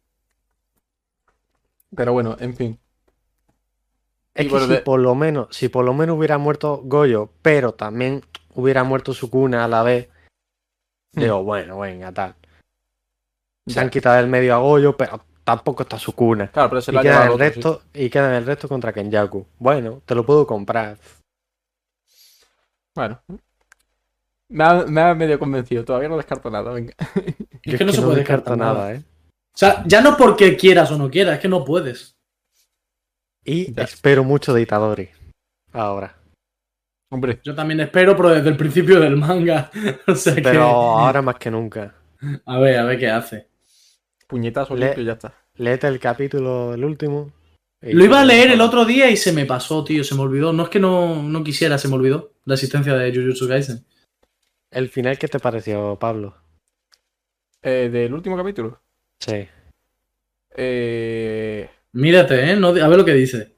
A: Pero bueno, en fin.
C: Es
A: Y
C: que
A: bueno,
C: si
A: de-
C: por lo menos, si por lo menos hubiera muerto Goyo, pero también hubiera muerto Sukuna a la vez,
A: Hmm.
C: digo, bueno, venga, tal. Se
A: Ya.
C: han quitado del medio a Goyo, pero tampoco está Sukuna.
A: Claro, pero se
C: Y
A: lo ha
C: queda,
A: llevado
C: el
A: otro, sí.
C: resto, y queda el resto contra Kenyaku. Bueno, te lo puedo comprar.
A: Bueno. Me ha, me ha medio convencido, todavía no descarto nada, venga. *laughs*
B: Es que no se puede descartar nada.
C: ¿eh?
B: O sea, ya no porque quieras o no quieras, es que no puedes.
C: Y
A: Ya.
C: espero mucho de Itadori. Ahora.
A: Hombre,
B: Yo también espero, pero desde el principio del manga. *laughs* O sea que.
C: Pero ahora más que nunca.
B: A ver, a ver qué hace.
A: puñetazo
C: Le-
A: limpio y ya está.
C: Léete el capítulo, el último. y-
B: Lo iba a leer el otro día y se me pasó, tío, se me olvidó. No es que no, no quisiera, se me olvidó la existencia de Jujutsu Kaisen.
C: El final, ¿qué te pareció, Pablo?
A: Eh, del último capítulo.
C: Sí.
A: eh,
B: Mírate, ¿eh? No di- a ver lo que dice.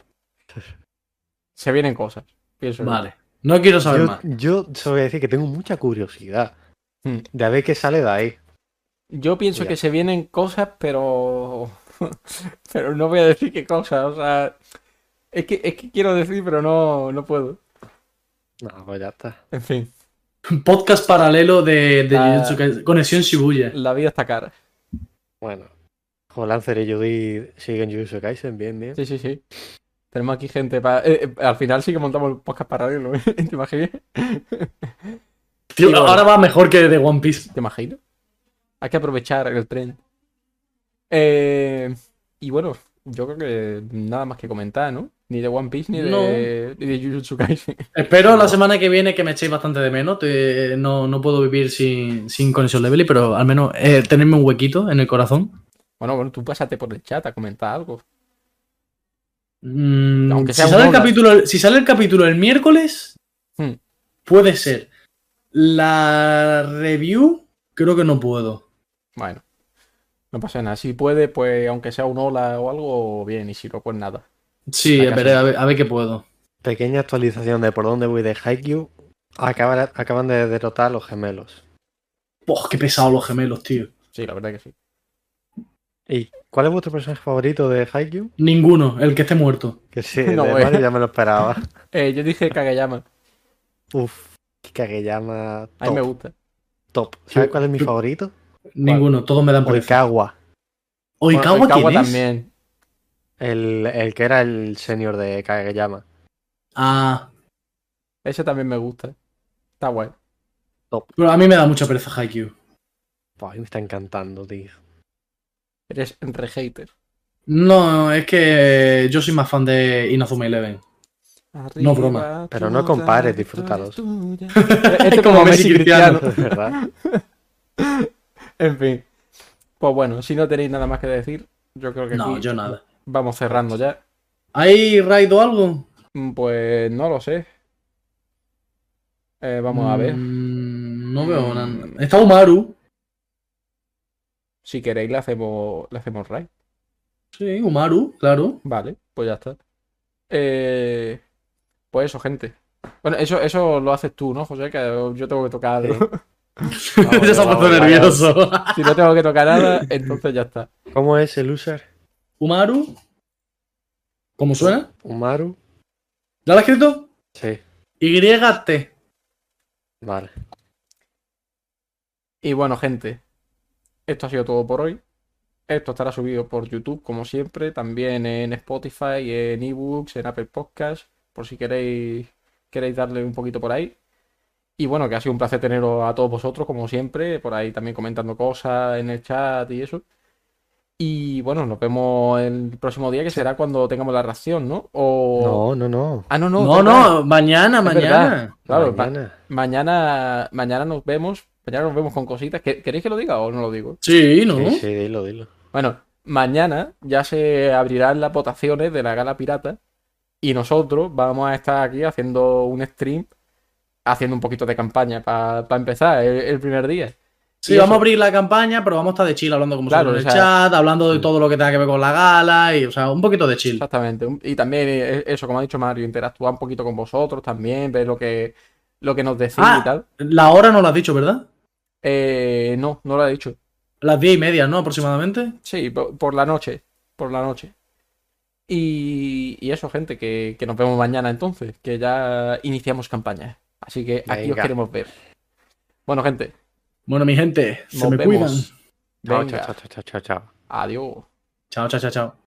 A: se vienen cosas, pienso. yo.
B: Vale. No quiero saber
C: Yo,
B: más.
C: yo se voy a decir que tengo mucha curiosidad
A: Hmm.
C: de a ver qué sale de ahí.
A: Yo pienso
C: Ya.
A: que se vienen cosas, pero. *laughs* pero no voy a decir qué cosas. O sea. Es que, es que quiero decir, pero no, no puedo.
C: No, pues ya está.
A: En fin,
B: Podcast paralelo de, de
A: Ah.
B: Jujutsu Kaisen. Conexión Shibuya.
A: la vida está cara.
C: Bueno. Jo, Lancer y Judy siguen Jujutsu Kaisen, bien, bien.
A: Sí, sí, sí. Tenemos aquí gente para. al final sí que montamos el podcast paralelo, ¿eh? *laughs* ¿Te imaginas?
B: Tío,
A: Y bueno.
B: ahora va mejor que de One Piece.
A: ¿Te imaginas? Hay que aprovechar el tren. Eh, y bueno, yo creo que nada más que comentar, ¿no? Ni de One Piece ni de,
B: No.
A: ni de Jujutsu Kaisen. *laughs*
B: Espero la semana que viene que me echéis bastante de menos. Te- no, no puedo vivir sin, sin Conexión Levely, pero al menos eh, tenerme un huequito en el corazón.
A: Bueno, bueno, tú pásate por el chat a comentar algo.
B: Mm,
A: Aunque sea
B: si,
A: un
B: sale el
A: bonus.
B: capítulo, si sale el capítulo el miércoles,
A: Hmm.
B: puede ser. La review, creo que no puedo.
A: Bueno, no pasa nada. Si puede, pues aunque sea un hola o algo, bien. Y si no, pues nada.
B: Sí,
A: La casa.
B: veré, a ver, a ver qué puedo.
C: Pequeña actualización de por dónde voy de Haikyuu. Acaban, acaban de derrotar a los gemelos.
B: Poh, qué pesados los gemelos, tío.
A: Sí, la verdad que sí.
C: ¿Y cuál es vuestro personaje favorito de Haikyuu?
B: Ninguno, el que esté muerto.
A: *laughs*
C: Que sí,
A: No,
C: de
A: güey.
C: Mario ya me lo esperaba. *laughs*
A: Eh, yo dije Kageyama.
C: Uf, Kageyama
A: A mí me
C: top,
A: gusta.
C: top. ¿Sabes
B: Yo-
C: cuál es mi
B: yo-
C: favorito?
B: Ninguno, todos me dan pereza.
C: Oikawa,
B: Oikawa,
A: Bueno, Oikawa
B: ¿quién es?
A: también.
C: el, el que era el senior de Kageyama.
B: Ah,
A: Ese también me gusta. Está guay.
B: pero a mí me da mucha pereza Haikyuu.
C: Buah, Pues me está encantando, tío.
A: Eres re hater.
B: No, es que yo soy más fan de Inazuma Eleven.
A: Arriba,
B: broma.
C: Pero no compares, disfrútalos.
A: Este es
B: Como
A: como
B: Messi
A: Messi
C: *laughs*
A: Cristiano.
B: *laughs*
C: De verdad.
A: En fin. Pues bueno, si no tenéis nada más que decir, yo creo que
B: No,
A: aquí
B: yo nada.
A: vamos cerrando ya.
B: ¿Hay raid o algo?
A: Mm, Pues no lo sé. Eh, vamos a ver.
B: Mm, No veo nada. Está Umaru.
A: Si queréis, le hacemos, le hacemos raid.
B: Sí, Umaru, claro.
A: Vale, pues ya está. Eh, pues eso, gente. Bueno, eso, eso lo haces tú, ¿no, José? Que yo tengo que tocar
C: Sí.
A: algo.
C: Vamos,
B: *laughs* Ya se ha
C: vamos,
B: puesto
C: vamos.
B: nervioso.
A: Si no tengo que tocar nada, entonces ya está.
C: ¿Cómo es el user?
B: Umaru. ¿Cómo suena?
C: Umaru.
B: ¿Ya lo has escrito?
C: Sí,
B: YT.
C: vale.
A: Y bueno, gente, esto ha sido todo por hoy. Esto estará subido por YouTube, como siempre, también en Spotify, en eBooks, en Apple Podcasts, por si queréis, queréis darle un poquito por ahí. Y bueno, que ha sido un placer teneros a todos vosotros, como siempre, por ahí también comentando cosas en el chat y eso. Y bueno, nos vemos el próximo día, que será cuando tengamos la ración, ¿no? O...
C: No, no, no.
A: Ah, no, no,
B: No,
A: verdad.
B: no, mañana,
A: Es verdad.
B: mañana.
A: Claro, ma-
C: Mañana.
A: mañana, mañana nos vemos, mañana nos vemos con cositas. ¿Que- ¿Queréis que lo diga o no lo digo?
B: Sí, ¿no?
C: Sí, sí, dilo, dilo.
A: Bueno, mañana ya se abrirán las votaciones de la gala pirata y nosotros vamos a estar aquí haciendo un stream, haciendo un poquito de campaña para empezar el, el primer día.
B: Sí,
A: Y
B: vamos
A: eso-
B: a abrir la campaña, pero vamos a estar de chill hablando como
A: Claro,
B: siempre en
A: o
B: el
A: sea-
B: chat, hablando de todo lo que tenga que ver con la gala y, o sea, un poquito de chill.
A: Exactamente. Un- Y también eh, eso, como ha dicho Mario, interactuar un poquito con vosotros también, ver lo que, lo que nos decís
B: Ah.
A: y tal.
B: La hora no la has dicho, ¿verdad?
A: Eh, no, no lo he dicho.
B: Las diez y media, ¿no? Aproximadamente.
A: Sí, po- por, la noche, por la noche. Y, y eso, gente, que, que nos vemos mañana entonces, que ya iniciamos campaña. Así que aquí os
C: Venga.
A: queremos ver. Bueno, gente,
B: Bueno, mi gente, se
A: nos
B: me
A: vemos.
B: cuidan.
C: Chao,
A: Venga,
C: chao, chao, chao, chao, chao.
A: adiós.
B: Chao, chao, chao, chao.